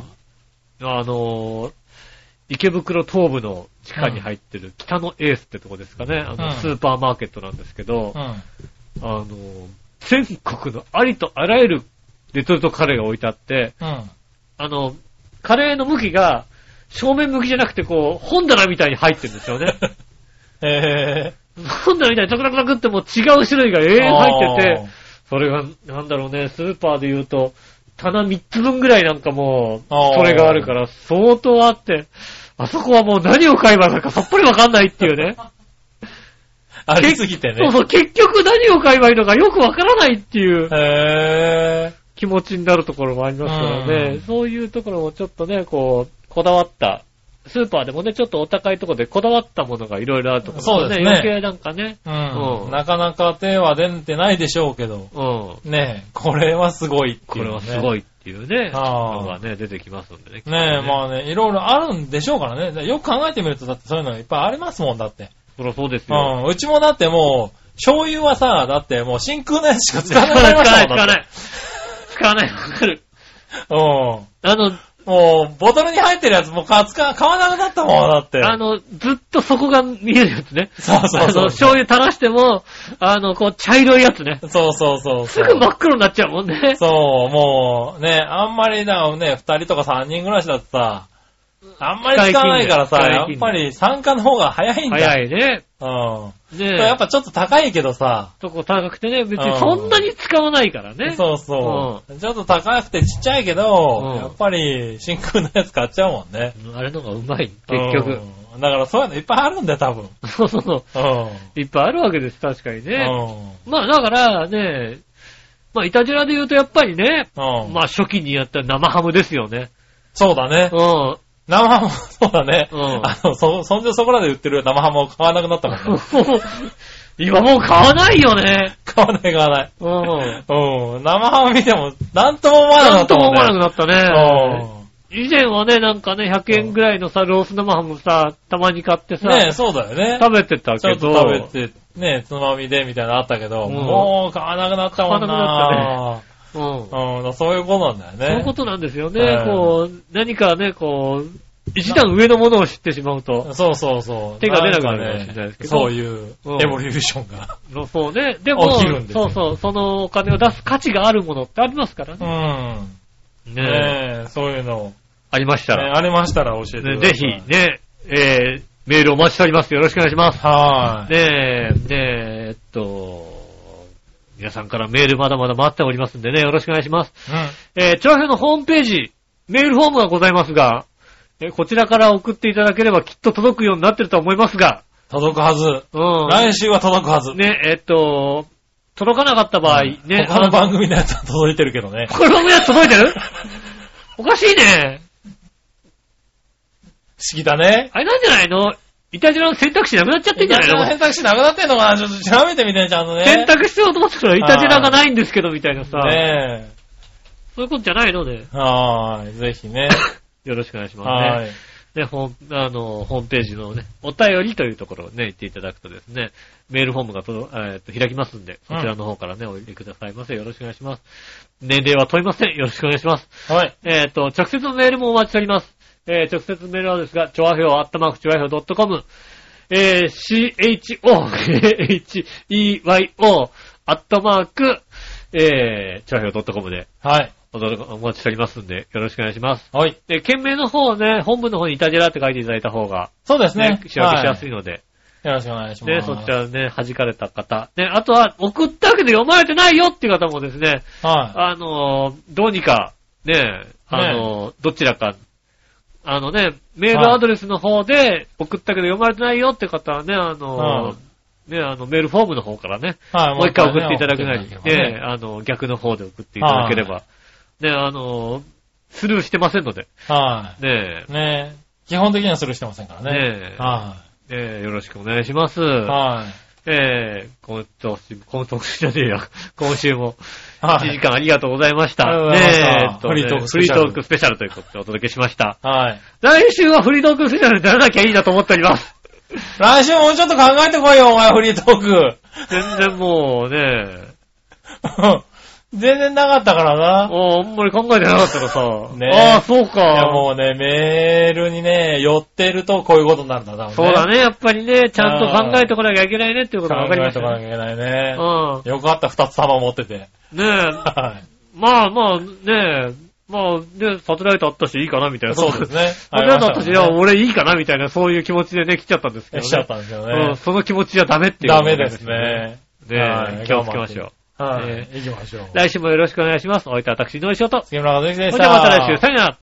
あのー、池袋東部の地下に入ってる北のエースってとこですかね、あ
うん
のスーパーマーケットなんですけど
う、ん。
あのー、全国のありとあらゆるレトルトカレーが置いてあって、
うん。
あの、カレーの向きが正面向きじゃなくてこう、本棚みたいに入ってるんですよ ね。
え
本棚みたいにちょくちょくちょくってもう違う種類が永
え
遠入ってて、それが、なんだろうね、スーパーで言うと、棚3つ分ぐらいなんかもう、
あー
それがあるから、相当あって、あそこはもう何を買えばなんかさっぱりわかんないっていうね。
ありすぎてね。
そうそう、結局何を買えばいいのかよくわからないっていう
へ
気持ちになるところもありますから
うん
ね。そういうところもちょっとね、こう、こだわった。スーパーでもね、ちょっとお高いところでこだわったものがいろいろあるところ
そうですね
余計なんかね。
え
う
うんん。なかなか手は出てないでしょうけど、
うん。
ねえ、これはすごいって
こ
いう、
れ
ね。
はすご
い。
いっていうね、
あー
のがね、出てきますんでね。
ねえ、ま
あ。
あね、いろいろあるんでしょうからね。だからよく考えてみると、だってそういうのがいっぱいありますもんだって。
そりゃそうです
う
よ。
ん。うちもだってもう、醤油はさ、だってもう真空のやつしか使わなくなり
使
ました
わ
もん
ない、使わ
だ
ない。使わない、わかる。
ってうん。
あの、
もう、ボトルに入ってるやつもう買わ買わなくなったもん、だって。
あの、ずっと底が見えるやつね。
そうそう
あ
そ
の、
う。
醤油垂らしても、あの、こう、茶色いやつね。
そうそうそう
す
そう。
ぐ真っ黒になっちゃうもんね。
そう、もう、ね、あんまりだ、ね、二人とか三人ぐらいだってさ、あんまり使わないからさ、
使い
やっ
切んな
ぱり酸化の方が早いんだ。
早いね。
うん。
ね
やっぱちょっと高いけどさ、
とこ高くてね、別
う
に
ん
そんなに使わないからね。
そうそう、ちょっと高くてちっちゃいけど、
うん
やっぱり真空のやつ買っちゃうもんね。
うんあれのがうまい、結局
う。んだからそういうのいっぱいあるんだよ、多分。
そうそうそうう。いっぱいあるわけです、確かに
ん。
ね。まあだからね、まあいたじらで言うとやっぱりね、
うん。うん。
まあ初期にやった生ハムですよね。
そうだね
う。ん。
生ハム、そうだね。
うん
あの、そ、そんじょそこらで売ってる生ハムを買わなくなったもんね。
今もう買わないよね。
買わない買わない。
うん。
うん。生ハム見ても、なんとも思わな
な
か
ん
った
とも
もん
思
ね。
わなくなったね。
うん
以前はね、なんかね、100円ぐらいのさ、ロース生ハムさ、たまに買ってさ、
ねえ、そうだよね。
食べてた
ちょ
け
っ
ど、
と食べて、ねえ、つまみでみたいなのあったけど、
うん
もう買わなくなったもん
買わ
な。
うん。
うん、だからそういうことなんだ
そう
よ
いうこ
ね。
となんですよ
え
ね
え。
こう、何かね、こう、一段上のものを知ってしまうと。
そうそうそう。
手が出なくなるかもしれな
んか
いで
ね
すけど
そういう
うん
エボリューションが。
そうね。でも
起きるんで、す
そ
よ
うそう、そのお金を出す価値があるものってありますから
う
ね。
ん。
ねえ
ねえ、そういうの、
ありました
ね
ら。
ありましたら教えてく
ね
ださ
ぜ
い。
ひ、ね、えー、メールお待ちしております。よろしくお願いします。
はい。
ねえ、ねえ、えっと、皆さんからメールまだまだ待っておりますんでね、よろしくお願いします。えー、長編のホームページ、メールフォームがございますが、えーこちらから送っていただければきっと届くようになってると思いますが、
届くはず。
うん。
来週は届くはず。
ね、えっと、届かなかった場合、ね、
他の番組のやつは届いてるけどね。
この番組は届い てるおかしいね。
不思議だね。
あれなんじゃないのイタジラの選択肢なくなっちゃってんじゃないの
選択肢なくなってんのかなちょっと調べてみて、ちゃんとね。
選択しようと思ったらイタジラがないんですけど、みたいなさ、
ね
そういうことじゃないので、
え。はーい。ぜひね。
よろしくお願いしますね。
はい。
ね、ほん、あの、ホームページのね、お便りというところをね、行っていただくとですね、メールフォームがとど、えーっと、開きますんで、そちらの方からね、お入れくださいませ。よろしくお願いします。年齢は問いません。よろしくお願いします。
はい。
えーっと、直接のメールもお待ちしております。えー、直接メールはですが、ちょわひょう、あったまくちょわひょう .com、えー、CHO、HEYO、あったまーく、えー、ちょわひょう .com で
はい。
お届けお待ちしておりますんで、よろしくお願いします。
はい。
で、件名の方ね、本部の方にいたじらって書いていただいた方が、
そうですね
ね、。仕分けしやすいので、
はいよろしくお願いします。
ね、そちらね、弾かれた方。ね、あとは、送ったけど読まれてないよっていう方もですね、
は
あのーどうにか、ね、あのーどちらか、あのね、メールアドレスの方で送ったけど読まれてないよって方はね、あのー
は
ね、あの、メールフォームの方からね、
い。はい。
もう一回送っていただくなり
ね、送っていただけれ
ね、
ばね
あの、逆の方で送っていただければ、ね、あのースルーしてませんので、
は
ね
い。ねえ。基本的にはするしてませんからね。
ねえ
は
えー、よろしくお願いします。
い。はい。
えー、今年、今年じゃねえや。今週も1
は
時
い。
間ありがとうございました。
ありがとうございました
ねえっとね
フリートークス
フ
ペ
リ
シ
ー
ャ
ト
ル
ークスペシャルということでお届けしました。
はい。
来週はフリートークスペシャルにならなきゃいいなと思っております。
来週もうちょっと考えてこいよ、お前、フリートーク。
全然もうね、
全然なかったからな。
もうあんまり考えてなかったらさ、
ねえ
ああ、そうか。
いや、もうね、メールにね、寄ってるとこういうことになるんだ、多分ね。
そうだ。ね、やっぱりね、ちゃんと考えてこなきゃいけないねっていうことが分
考
かりま
え
した
とかな
ね、
きゃいけないね。
う
よかった、二つ玉持ってて。
ん。ねえ、
は
まあまあ、ねえ、まあ、ね、サテライトあったしいいかなみたい
い。
な。
そうですね。
あれだと私、いや、
は
俺いいかなみたいな、そういう気持ちでね、来ちゃったんですけど、ね。
しちゃったんですよ
う
ね
ん、。その気持ちじゃダメっていう、
ダメです。ね。
ね
はい
気をつけましょう。
は
ね
い。行きましょう。
来週もよろしくお願いします。お相手は私、井上翔と。
杉村和之で
そ
し
れで
た。
はまた来週、さよなら。